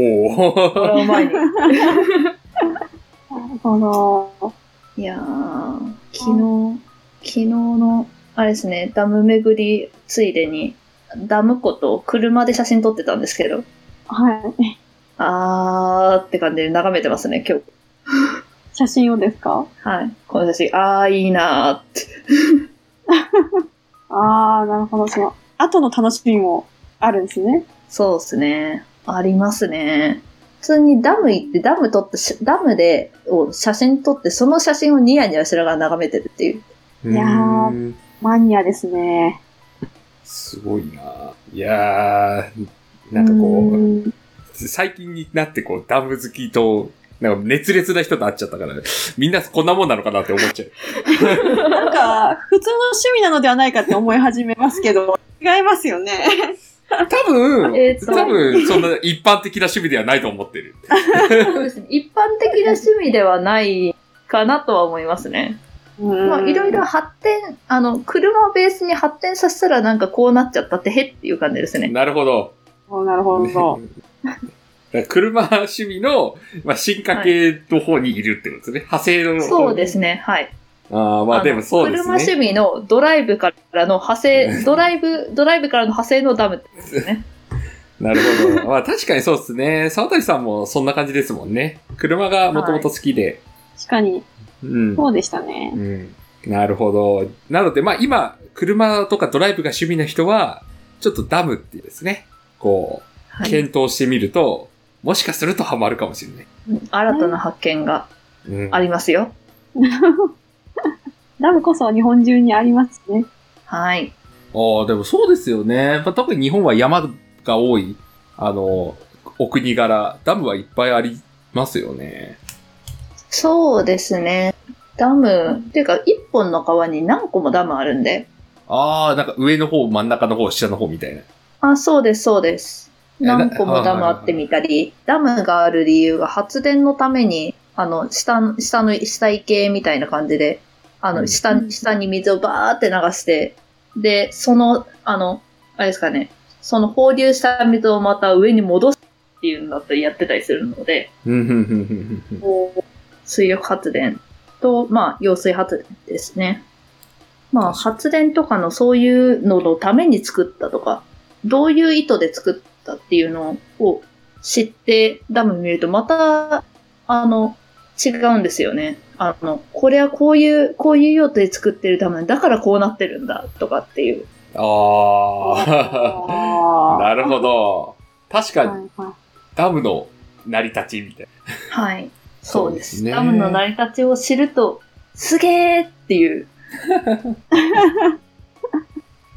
B: お。
C: この前に。
A: なるほど。
C: いやー、昨日、昨日の、あれですね、ダム巡りついでに、ダム湖と車で写真撮ってたんですけど、
A: はい。
C: あーって感じで眺めてますね、今日。
A: 写真をですか
C: はい。この写真、あーいいなーって。
A: あー、なるほど。その、後の楽しみもあるんですね。
C: そうですね。ありますね。普通にダム行って、ダム撮ってし、ダムで、を写真撮って、その写真をニヤニヤしながら眺めてるって *laughs* いう。
B: い
A: やーマニアですね。
B: すごいな。いやー、なんかこう、
A: うーん。
B: 最近になってこう、ダム好きと、なんか熱烈な人と会っちゃったから、みんなこんなもんなのかなって思っちゃ
C: *laughs*
B: う。
A: なんか、普通の趣味なのではないかって思い始めますけど、違いますよね。
B: 多分、
C: えーと
B: 多分、そんな一般的な趣味ではないと思ってる。
C: そうですね。一般的な趣味ではないかなとは思いますね。
A: ま
C: まあ、いろいろ。発展、あの、車をベースに発展させたらなんかこうなっちゃったってへっていう感じですね。
B: なるほど。
A: そうなるほど。
B: *laughs* だから車趣味の、まあ、進化系の方にいるってことですね。派生の方。
C: そうですね、はい。
B: ああ、まあでもそうです
C: 車趣
B: ね。
C: 味のドライブからの派生、ドライブ、ドライブからの派生のダムですね。
B: なるほど。まあ確かにそうですね。沢谷さんもそんな感じですもんね。車がもともと好きで。
A: 確かに、
B: うん。
A: そうでしたね。
B: うん。なるほど。なので、まあ今、車とかドライブが趣味な人は、ちょっとダムっていうですね、こう、
C: はい。
B: 検討してみると、もしかするとハマるかもしれない。
C: 新たな発見が
B: うん。
C: ありますよ。
A: ダムこそ日本中にありますね。
C: はい。
B: ああ、でもそうですよね。まあ、特に日本は山が多い、あの、お国柄、ダムはいっぱいありますよね。
C: そうですね。ダム、っていうか、一本の川に何個もダムあるんで。
B: ああ、なんか上の方、真ん中の方、下の方みたいな。
C: あ、そうです、そうです。
B: えな
C: 何個もダムあってみたり、ダムがある理由が発電のために、あの、下の、下の、下池みたいな感じで、あ
B: う
C: の、
B: ん
C: 下に、下に水をバーって流して、で、その、あの、あれですかね、その放流した水をまた上に戻すっていうのだったりやってたりするので、
B: うん、うん、うん、うんうん。
C: 水力発電と、まあ、揚水発電ですね。まあ、発電とかのそういうののために作ったとか、どういう意図で作ったっていうのを知ってダム見ると、また、あの、違うんですよね。あの、これはこういう、こういう用途で作ってるダム、だからこうなってるんだ、とかっていう。
B: ああ、
A: あ
B: *laughs* なるほど。確
A: ー
B: かに、
A: はいはい
B: ダムの成り立ちみたい
C: はい。そうです。
B: そうですね
C: ダムの成り立ちを知ると、すげーっていう。
B: な。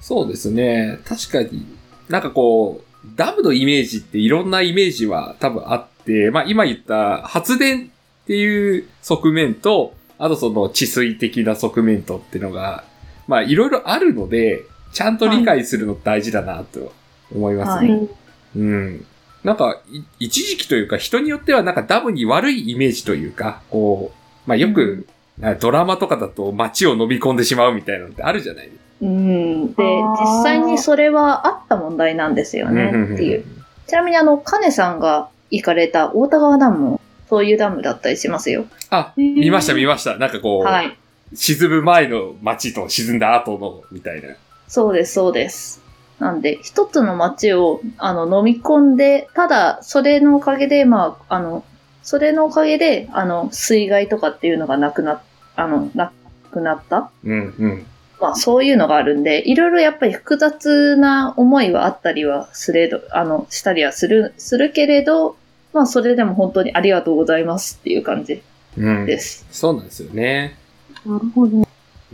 B: そうですね。確かに、なんかこう、ダムのイメージっていろんなイメージは多分あって、まあ今言った発電っていう側面と、あとその治水的な側面とっていうのが、まあいろいろあるので、ちゃんと理解するの大事だなと思いますね。
C: はい
A: うん
B: うん。なんか、い一時期というか、人によってはなんかダムに悪いイメージというか、こう、まあよく、あドラマとかだと街を飲み込んでしまうみたいなのってあるじゃないですか。
C: うん、で
A: あー
C: 実際にそれはあった問題なんですよねっていう。ちなみにあのカネさんが行かれた太田川ダムもそういうダムだったりしますよ。
B: あ、
A: へー
B: 見ました見ました。なんかこう、
C: はい、
B: 沈む前の街と沈んだ後の、みたいな。
C: そうですそうです。なんで一つの町をあの飲み込んでただそれのおかげでまああのそれのおかげであの水害とかっていうのがなくなあのなくなった。
B: うんうん。
C: まあそういうのがあるんで、いろいろやっぱり複雑な思いはあったりはすれど、あの、したりはする、するけれど、まあそれでも本当にありがとうございますっていう感じ
B: うん。
C: です。
B: そうなんですよね。
A: なるほど。
B: い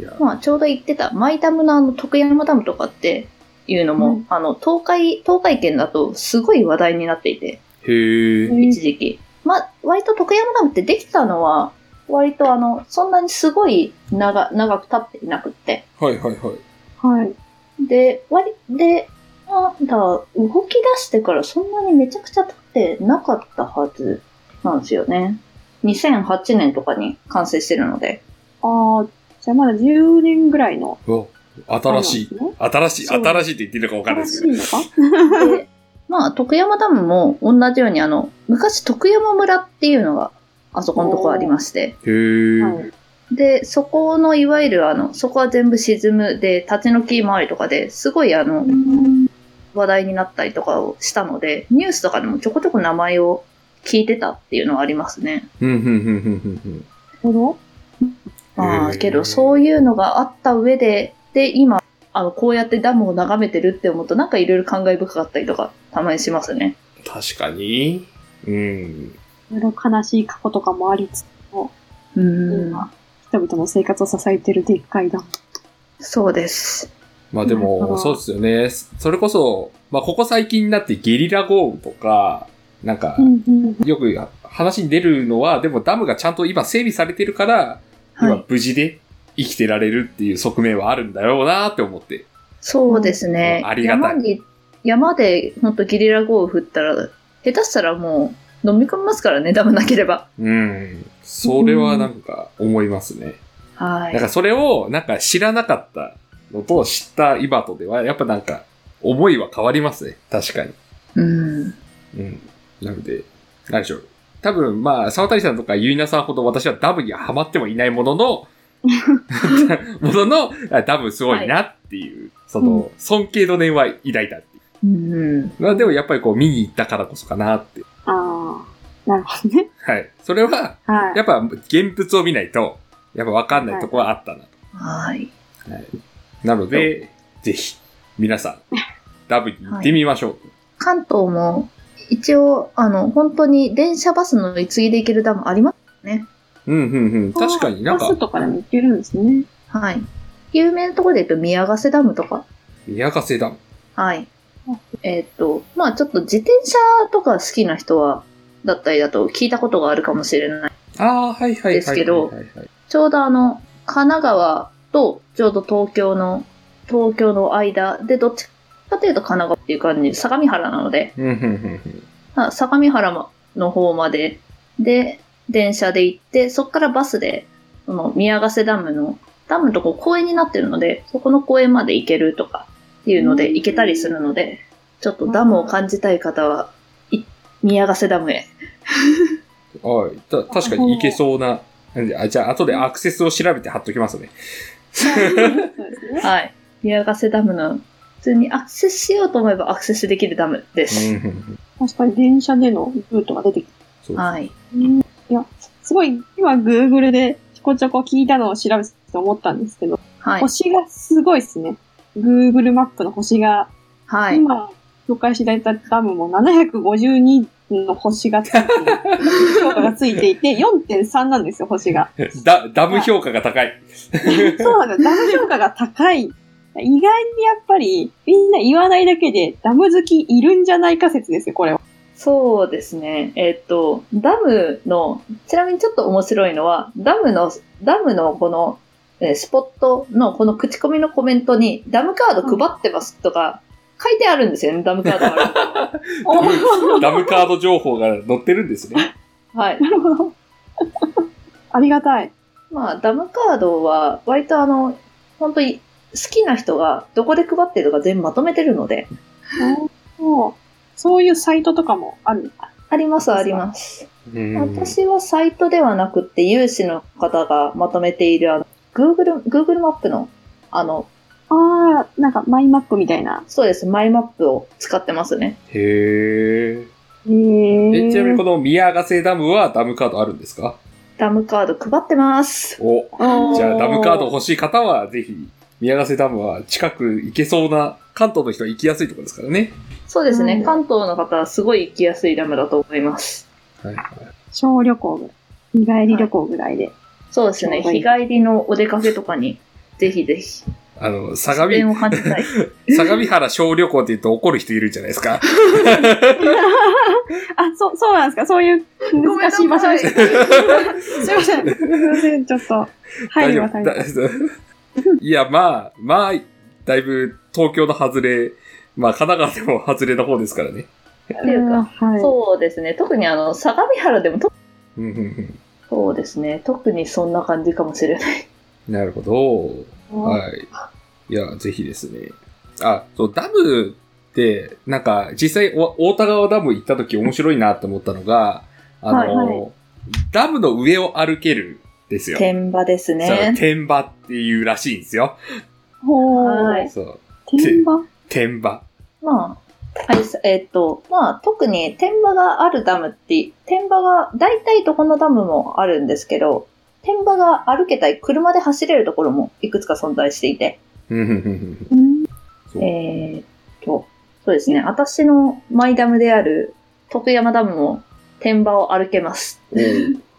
B: や、
C: まあちょうど言ってた、マイダムのあの徳山ダムとかっていうのも、
A: うん
C: あの、東海、東海圏だとすごい話題になっていて、
B: へえ。
C: 一時期。まあ割と徳山ダムってできたのは、割とあの、そんなにすごい長、長く経っていなくって、
B: はいはいはい。
A: はい。
C: で、割、で、なんだ、動き出してからそんなにめちゃくちゃ経ってなかったはずなんですよね。2008年とかに完成してるので。
A: ああ、じゃあまだ10年ぐらいの。
B: うわ新しい。
A: そうなんで
B: 新しい、
A: そう
B: 新しいって言ってるかわかんないですす
A: ね
B: けど。
A: 新しいのか
C: で、まあ、徳山ダムも同じように、あの、昔徳山村っていうのが、あそこのとこありまして。
B: へえ。
A: はい
C: で、そこの、いわゆる、あの、そこは全部沈むで、立ち退き回りとかで、すごい、あの、話題になったりとかをしたので、ニュースとかでもちょこちょこ名前を聞いてたっていうのはありますね。
B: うんうんうんうんうんうん。
A: なるほど。
C: ま
B: へ
C: あ、
B: ー
C: けど、そういうのがあった上で、で、今、あの、こうやってダムを眺めてるって思うと、なんかいろいろ感慨深かったりとか、たまにしますね。
B: 確かに。うん。
A: いろいろ悲しい過去とかもありつつ、
C: うーん。
A: 今、人々の生活を支えてるでっかいダム。
C: そうです。
B: まあで
A: なるほ
B: も、
A: ど
B: そうですよね。そそれこそ、まあここ最近になってゲリラ豪雨とか、なんか
A: う、んうん。
B: よく話に出るのは、でもダムがちゃんと今整備されてるから、
C: は
B: 今
C: い。
B: 無事で生きてられるっていう側面はあるんだろうなって思って。
C: そうですね。
B: うんありがたい
C: 山に、山で、ほんとゲリラ豪雨降ったら、下手したらもう、飲み込みますからね、ダムなければ。
B: うん。それはなんか思いますね。
C: は
B: なん
C: い。
B: かそれを、なんか知らなかったのと知った今とでは、やっぱなんか、思いは変わりますね。確かに。
C: うん。
B: うん。なので、何でしょう。多分、まあ、沢谷さんとかゆいなさんほど私はダブにはハマってもいないもの *laughs* の、ものの、あダブすごいなっていう、その、尊敬の念は抱いたっていう。
C: うん。
B: まあでもやっぱりこう見に行ったからこそかなって。
A: ああ、なるほどね。
B: はい。それは、
A: はい。
B: やっぱ現物を見ないと、やっぱわかんないとこはあったな。
C: はい。
B: なので、ぜひ、皆さん、ダブに行ってみましょう。
C: 関東も、一応、あの、本当に電車バスの行ぎで行けるダムあります
B: うん、うん、うん。確かになん
A: バス
B: か、
A: とかでも行けるんですね。
C: はい。有名なところで言うと、宮ヶ瀬ダムとか。
B: 宮ヶ瀬ダム。
C: はい。えーっと、まあちょっと自転車とか好きな人は、だったりだと聞いたことがあるかもしれない。
B: ああ、はいはいはいはいはい。
C: ですけど
B: はいはい
C: ちょうどあの、神奈川とちょうど東京の、東京の間で、どっちかというと神奈川っていう感じ、相模原なので、
B: うん、うん、うんうん。
C: あ相模原の方まで、で、電車で行って、そこからバスで、その宮ヶ瀬ダムの、ダムのとこ公園になってるので、そこの公園まで行けるとかっていうので
A: うん
C: 行けたりするので、ちょっとダムを感じたい方は、い宮ヶ瀬ダムへ。
B: はい。た、確かにいけそうな。あじゃあ、後でアクセスを調べて貼っときますね。
A: そうですね。
C: はい。宮ヶ瀬ダムの、普通にアクセスしようと思えばアクセスできるダムです。
A: 確かに電車でのルートが出てきて。
B: そう
C: はい。
A: いや、すごい、今 Google でちょこちょこ聞いたのを調べてて思ったんですけど、
C: はい。
A: 星がすごいですね。Google マップの星が、
C: はい。
A: 今、紹介していただいたダムも752の星がついて、 *laughs* 評価がついていて、4.3なんですよ、星
C: *laughs*
A: が。
B: ダダム評価が高い。
A: そうなんだ。ダム評価が高い。意外にやっぱり、みんな言わないだけで、ダム好きいるんじゃないか説ですよ、これは。
C: そうですね。えっと、ダムの、ちなみにちょっと面白いのは、ダムの、ダムのこの、えースポットのこの口コミのコメントに、ダムカード配ってますとか、書いてあるんですよね、ダムカー
B: *laughs*
C: ドあ
A: おな
B: ダムカード情報が載ってるんですね。
C: る。はい。
A: るほど。 *laughs* ありがたい。
C: まあ、ダムカードは、割とあの、本当に好きな人がどこで配ってるか全部まとめてるので、
A: そうそういうサイトとかもある。
C: ありますあります。
B: うん
C: 私はサイトではなくて、有志の方がまとめている、あの、Google、Google マップの、あの、
A: ああ、なんかマイマップみたいな。
C: そうです。マイマップを使ってますね。
B: へ
A: へ
B: ー
A: え
B: え。ちなみにこの宮ヶ瀬ダムはダムカードあるんですか
C: ダムカード配ってます。
B: お。
A: の
B: じゃあダムカード欲しい方はぜひ、宮ヶ瀬ダムは近く行けそうな、関東の人は行きやすいところですからね。
C: そうですね。
A: うん
C: 関東の方はすごい行きやすいダムだと思います。
B: はい。
A: 小旅行ぐらい。日帰り旅行ぐらいで。
C: そうですね。
A: はい
C: 日帰りのお出かけとかに、ぜひぜひ。
B: あの、相
C: 自
B: 模、
C: 然を感じ *laughs* たい。
B: 相模原小旅行って言うと怒る人いるじゃないですか。
A: *laughs* あ、そう、そうなんですかそういう難しい場所です。すいません。すいません、ちょっと。入りは入りま
B: 大丈夫だいや、まあ、まあ、だいぶ東京の外れ、まあ、神奈川でも外れの方ですからね。
C: ていうか
A: はい。
C: *laughs* そうですね。特にあの、相模原でもと、
B: うんうん
C: そうですね。特にそんな感じかもしれない。
B: うん。なるほど。はい。いや、ぜひですね。あ、そう、ダムって、なんか、実際、お大田川ダム行った時面白いなって思ったのが、あの、
A: はいは
B: ダムの上を歩けるんですよ。
C: *laughs* 天場です
B: そう
C: ね。
B: 天場っていうらしいんですよ。
A: ほ
C: は
A: ー
C: い。
B: そう。
A: 天場
B: 天場。
C: まあ、はい、えっ、と、まあ、特に天場があるダムって、天場が、大体どこのダムもあるんですけど、天場が歩けたり、車で走れるところもいくつか存在していて、
B: うんうんうん
A: *laughs*
B: うん
A: うん。
B: そう
C: えっ、と、そうですね、私のマイダムである徳山ダムも天場を歩けます。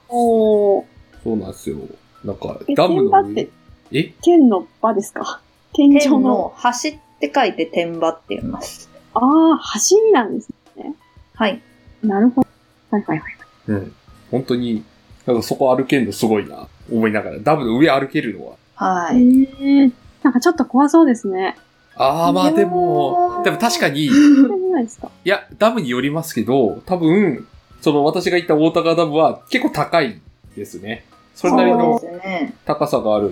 B: お
A: お
B: う
A: ー。
B: そうなんですよ。なんか
A: え、
B: ダム
A: 天場
B: の
A: っ
B: 上
A: て。
B: え
A: 天の場ですか天井
C: 天
A: の。
C: の橋って書いて天場って言います。
A: ああ、橋なんです。
C: はい。
A: なるほど。はいはいはい。
B: うん。本当に、なんかそこ歩けるのすごいな、思いながら。ダムの上歩けるのは。
C: は
A: え
C: い。
A: ー、なんかちょっと怖そうですね。
B: ああ、まあでも
C: いやー、
B: でも確かに、い
A: そんなことないですか
B: や、ダムによりますけど、多分、その私が行った大高ダムは結構高いですね。それなりの
C: そうですね。
B: 高さがある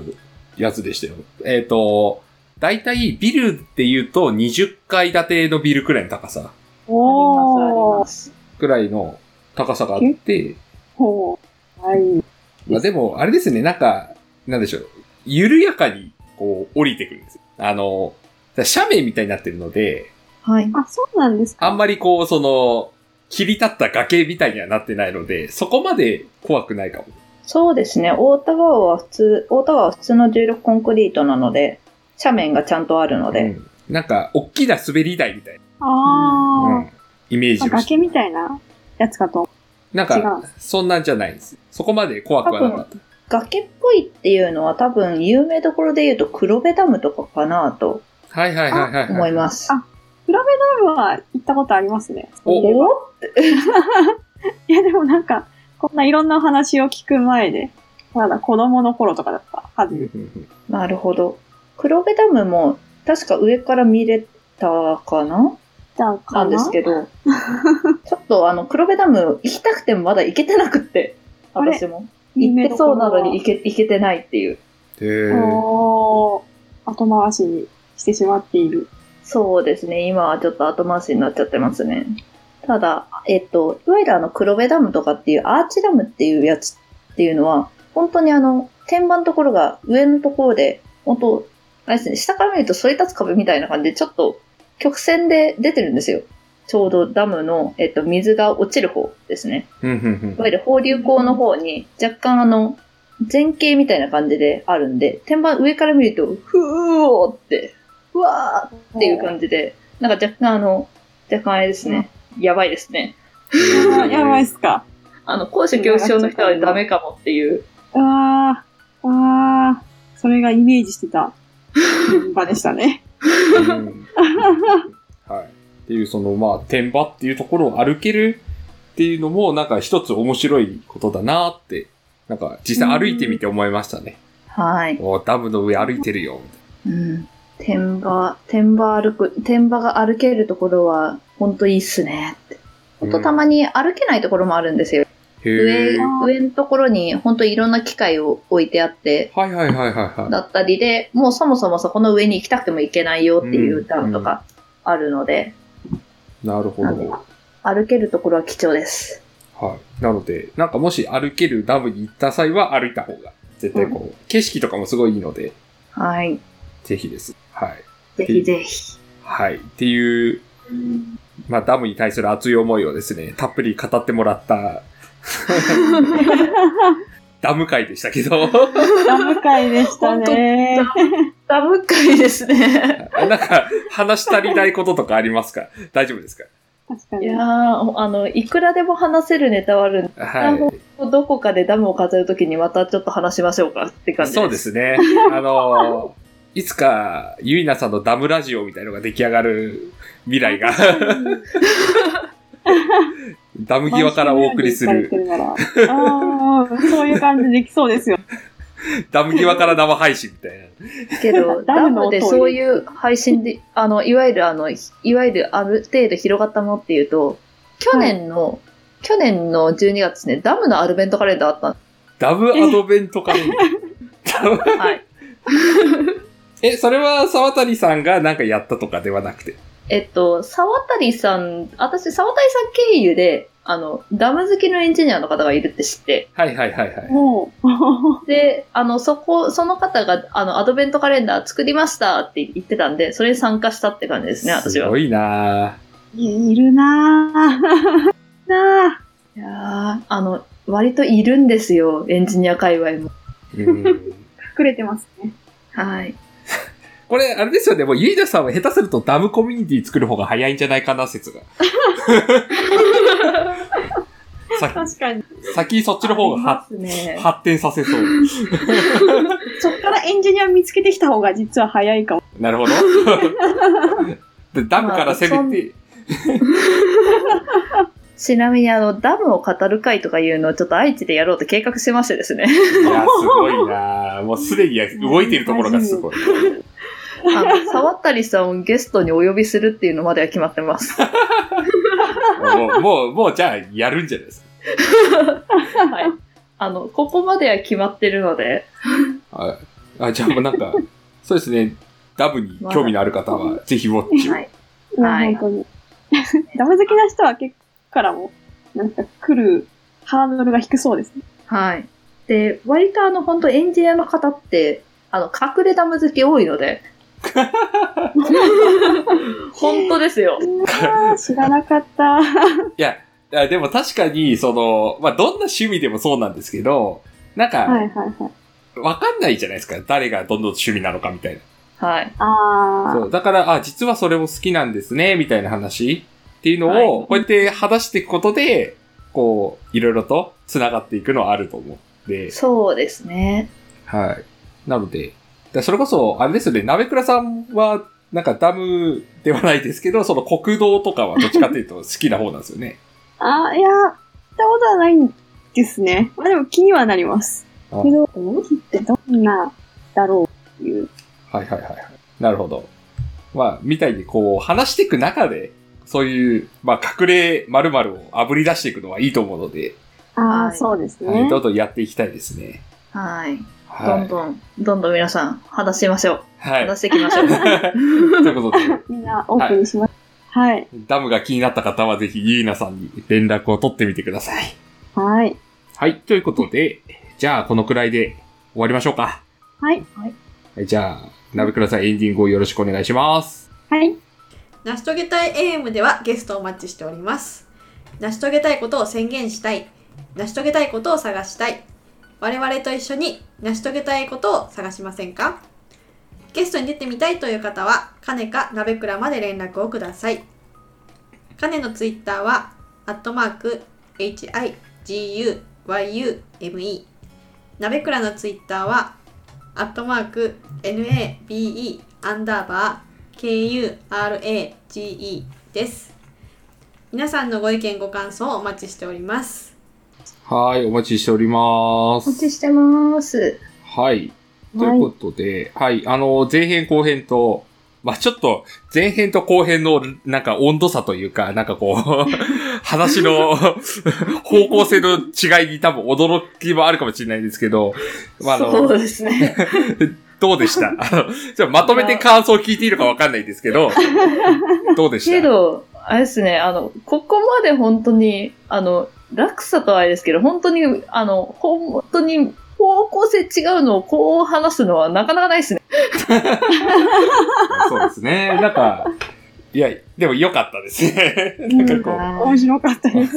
B: やつでしたよ。えっ、と、だいたいビルっていうと20階建てのビルくらいの高さ、
C: あり
A: お
C: ま
A: ー。
C: す、あり
B: くらいの高さがあって、
A: ほう。はい。
B: まあでも、あれですね、なんか、なんでしょう。緩やかに、こう、降りてくるんですよ。あの、だから斜面みたいになってるので、
C: ます。はい。
A: あ、そうなんですか。
B: あんまりこう、その、切り立った崖みたいにはなってないので、そこまで怖くないかも。
C: そうですね。大田川は普通、大田川は普通の重力コンクリートなので、斜面がちゃんとあるの
B: う
C: で、
B: んなんか、大きな滑り台みたいな、う
A: あ
B: ん、イメージ
A: あ。
B: をして
A: 崖みたいなやつかと。
B: なん
A: 違
B: か
A: う、
B: そんなんじゃないです。そこまで怖くはなかった。
C: 崖っぽいっていうのは多分有名どころで言うと黒部ダムとかかなと
B: はいはいはいはい、
C: 思
B: はいい。
C: ます。
A: あクラベダムは行ったことありますね。
B: お
A: そういえば
C: お
A: *laughs* いや、でもなんか、こんないろんなお話を聞く前で、まだ子供の頃とかだったはず。
C: なるほど。黒部ダムも確か上から見れたかな
A: じゃあ、か
C: なんです
A: ど。
C: けど、 *laughs* ちょっとあの、黒部ダム行きたくてもまだ行けてなくって、
A: あれ
C: 私も。行ってそうなのに
A: 行
C: 行け行けてないっていう。
B: へー
A: おー後回しにしてしまっている。
C: そうですね、今はちょっと後回しになっちゃってますね。ただ、えっと、いわゆるあの、黒部ダムとかっていう、アーチダムっていうやつっていうのは、本当にあの、天板のところが上のところで、本当あれですね、下から見ると反り立つ壁みたいな感じで、ちょっと曲線で出てるんですよ。ちょうどダムの、えっと、水が落ちる方ですね。
B: うんうん
C: いわゆる放流口の方に若干あの、前景みたいな感じであるんで、天板上から見ると、ふーおーって、うわーっていう感じで、なんか若干あの、若干あれですね、やばいですね。
A: やば
B: う
A: い *laughs*
B: ん。
A: やばいっすか。
C: あの、高所恐怖症の人はダメかもっていう。
A: うわー、あー、それがイメージしてた場でした
C: *laughs*
A: ね。
B: うんはい。っていう、その、まあ、天場っていうところを歩けるっていうのも、なんか一つ面白いことだなって、なんか実際歩いてみて思いましたね。
C: はい。
B: おダムの上歩いてるよ。
C: うん。天場、天場歩く、天場が歩けるところは、ほんといいっすねって。ほんとたまに歩けないところもあるんですよ。
B: へ
C: 上
B: え。、
C: 上のところにほんといろんな機械を置いてあって、
B: はいはいはいはいは
C: だったりで、もうそもそもそこの上に行きたくても行けないよっていうダウンとかあるので、
B: い。なるほ
C: なん
B: ど。
C: 歩けるところは貴重です。
B: はい。なので、なんかもし歩けるダムに行った際は歩いた方が、絶対こう、景色とかもすごいいいので、
C: はい。
B: ぜひです。はい。
C: ぜひぜひ。
B: はい。っていう、まあ、ダムに対する熱い思いをですね、たっぷり語っても
A: *laughs*
B: らった、ダム会でしたけど、 *laughs*
A: ダム会でしたね。
C: ダム会ですね。
B: なんか、話し足りないこととかありますか大丈夫ですか
A: 確か
C: い
A: に。
C: やー、あの、いくらでも話せるネタはあるんで
B: はい。
C: どこかでダムを飾るときにまたちょっと話しましょうかって感じです。
B: そうですね。あのー、いつか、ゆいなさんのダムラジオみたいのが出来上がる未
A: *laughs*
B: 来が、ダム際からお送りす
A: 毎週
B: る、
A: のように聞かれてるならあーうんそういう感じできそうですよ。
B: ダム際から生配信みたいな。
C: けど、
A: ダ
C: *laughs* ダ
A: ムの音を
C: ム
A: 入れ
C: で
A: る
C: そういう配信で、あの、いわゆるあの、いわゆるある程度広がったものっていうと、去年の、去年の12月ですね、ダムのアルベントカレンダーあったん
B: ダムアドベント
A: *laughs*
B: カレンダーダム
C: で、はい。
B: え、それは沢谷さんがなんかやったとかではなくて。
C: えっと、沢谷さん、私、沢谷さん経由で、あの、ダム好きのエンジニアの方がいるって知って、
B: はいはいはいはい。
A: もう、
C: で、あの、そこ、その方が、あの、アドベントカレンダー作りましたって言ってたんで、それに参加したって感じですね、私は
B: ご。いなぁ。
A: いいるなぁ。なぁ。
C: いやーあの、割といるんですよ、エンジニア界隈も。
B: うん
A: 隠れてますね。
C: はい。
B: これ、あれですよね。もう、ゆいなさんは下手するとダムコミュニティ作る方が早いんじゃないかな説
C: *laughs*
B: が。さ
A: 確かに。
B: 先そっちの方が
C: あ
B: は
C: りますね。
B: 発展させそう。
A: そっからエンジニア見つけてきた方が実は早いかも。
B: なるほど。でダムから攻めて、
C: ちなみに、あの、ダムを語る会とかいうのをちょっと愛知でやろうと計画してましてですね。
B: *laughs* いや、すごいなぁ。もうすでに動いてるところがすごい。
C: あの、沢谷さんをゲストにお呼びするっていうのまでは決まってます。
B: もう、もう、もうじゃあ、やるんじゃないですか。
C: はい。あの、ここまでは決まってるので、
B: あ、あじゃあもうなんか、そうですね。ダブに興味のある方は、ぜひウォッチを。
C: はい。
A: いや、
C: はい
A: 本当に。 *laughs* ダム好きな人は結構からも、なんか来るハードルが低そうですね。
C: はい。で、割とあの、本当エンジニアの方って、あの、隠れダム好き多い
B: *laughs*
C: ので。本当ですよ。
A: あ *laughs* ー知らなかった。
B: あでも確かに、その、まあ、どんな趣味でもそうなんですけど、なん
A: は
B: か、
A: いはいはい。
B: わかんないじゃないですか。誰がどんどん趣味なのかみたいな。
C: はい。
A: あ
B: そう。だから、あ、実はそれも好きなんですね、みたいな話っていうのを、
C: はい
B: こうやって話していくことで、こう、いろいろと繋がっていくのはあると思って、
C: そうですね。
B: はい。なので、だそれこそ、あれですよね、鍋倉さんは、なんかダムではないですけど、その国道とかはどっちかっていうと好きな方なんですよね。
A: あ。あーいや、行ったことはないんですね。まあでも気にはなります。
B: あ
A: けど、王子ってどんなだろうっていう。
B: はいはいはいはい。なるほど。まあ、みたいにこう、話していく中で、そういう、まあ、隠れ〇〇を炙り出していくのはいいと思うので、
A: ああ、
C: はい
A: そうですね。
B: はい、どんどんやっていきたいですね。
C: はい。
B: は
C: ど
B: い
C: ん。どん、どんどん皆さん、話しましょう。
B: はい。
C: 話していき
B: *laughs*
C: ましょう。
B: ということで、
A: みんなオープンにします。はい。
B: ダムが気になった方はぜひゆいなさんに連絡を取ってみてください。
A: はい。
B: はい。ということで、じゃあこのくらいで終わりましょうか。
A: はい。
B: はい、じゃあ、鍋倉さんエンディングをよろしくお願いします。
A: はい。
D: 成し遂げたい AM ではゲストをお待ちしております。成し遂げたいことを宣言したい。成し遂げたいことを探したい。我々と一緒に成し遂げたいことを探しませんかゲストに出てみたいという方は、かねか鍋倉まで連絡をください。かねのツイッターは、アットマーク、higume。鍋倉のツイッターは、アットマーク、nabe、アンダーバー、KURAGE です。皆さんのご意見ご感想をお待ちしております。
B: はい、お待ちしておりま
C: お
B: す。
C: 待ちしてます。
B: はい。ということで、はい、あの、前編後編と、まあちょっと、前編と後編の、なんか温度差というか、なんかこう、 *laughs* 話の *laughs* 方向性の違いに多分驚きもあるかもしれないですけど、まああ
C: そ
B: の、
C: うですね。
B: どうでした *laughs* あのじゃあまとめて感想を聞いているかわかんないですけど、どうでした
C: けど、あれですね、あの、ここまで本当に、あの、落差とはあれですけど、本当に、あの、本当に、方向性違うのをこう話すのはなかなかないですね。
B: そうですね。なんか、いや、でも良かったですね。
A: ん
B: なんか
C: は
A: 面白かったです。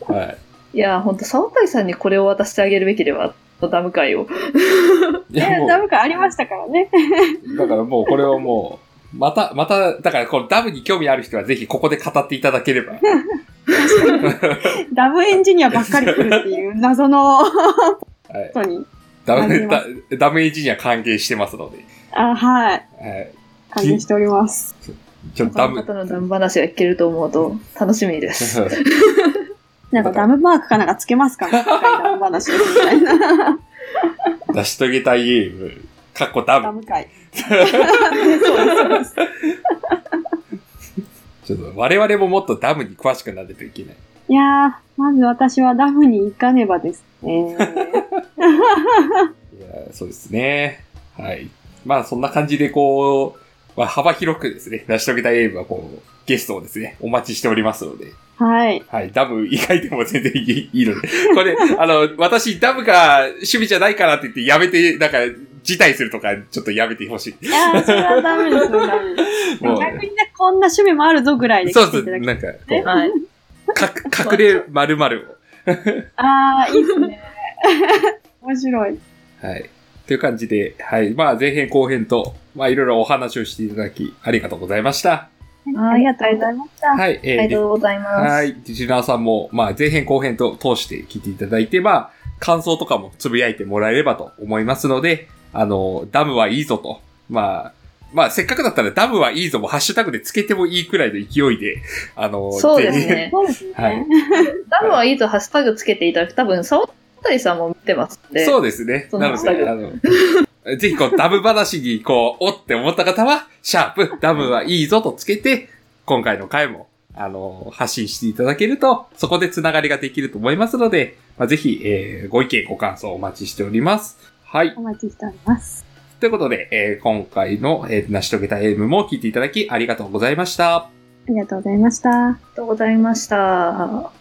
B: こう、はい。
C: いや、本当沢谷さんにこれを渡してあげるべきでは、ダム会を。
B: い
A: い
B: や、
A: や、
B: も
A: ダム感ありましたからね。 *laughs*
B: う、だからもうこれはもう、また、また、だからこのダムに興味ある人はぜひここで語っていただければ。
A: ダムエンジニアばっかり来るっていう謎の
B: はい、
A: 人に。
B: ダ
A: 感じ
B: ム、
A: ま
B: ダダムエンジニア関係してますので。
A: あはい。
B: はい。
A: 感じしております。
B: ちょっとダ
C: 他の
B: ム、
C: 方のダム話が聞けると思うと、楽し
B: *laughs*
C: みです。
A: なんかダムマークかなんかつけますかね。深いダム話ですみたいな。
B: 成し遂げたいゲーム、かっこダ
A: ダ
B: ム。
A: ム会。そうですそうです。
B: ちょっと我々ももっとダムに詳しくならないといけない。
A: いやー、まず私はダムに行かねばです
B: *laughs*
A: ね。
B: いやーそうですね。はい。まあそんな感じでこう、まあ、幅広くですね、成し遂げたいエイブはこう、ゲストをですね、お待ちしておりますので。
A: はい。
B: はい、ダム以外でも全然いいいいので。これ、あの、私ダムが趣味じゃないからって言ってやめて、なんか、辞退するとか、ちょっとやめてほし
A: いやー、それはダメですよ、ダメです。
B: い。も、
A: 逆にね、こんな趣味もあるぞぐらいうで
B: そう
A: 来て
B: そ
A: いただ
B: う、
A: き
B: なんか、こ
C: はい。
B: う、か隠れ〇〇を。
A: あー、いいですね。 *laughs* 面白い。
B: はい。という感じで、はい。まあ、前編後編と、まあ、いろいろお話をしていただき、ありがとうございました。
A: ありがとうございました。
B: はい。え
C: あ
B: ー
C: りがとうございます。
B: はい。リスナーさんも、まあ、前編後編と通して聞いていただいて、まあ、感想とかもつぶやいてもらえればと思いますので、あの、ダムはいいぞと。まあ、まあ、せっかくだったらダムはいいぞもハッシュタグでつけてもいいくらいの勢いで、あの、
C: そうです
B: ぜ
C: ね。
A: そうですね。
B: はい
C: ダムはいいとハッシュタグつけていただく。多分、沢谷さんも見てますん
B: ひ
C: で。
B: そうですね。
C: そん
B: な
C: な
B: ので、あの、 *laughs* ぜひこう、ダム話にこう、おって思った方は、シャープ、ダムはいいぞとつけて、今回の回もあの、発信していただけると、そこでつながりができると思いますので、まあ、ぜひ、えーご意見、ご感想お待ちしております。はい。
A: お待ちしております。
B: ということで、えー今回の、えー成し遂げたエイムも聞いていただきありがとうございました。
A: ありがとうございました。
C: ありがとうございました。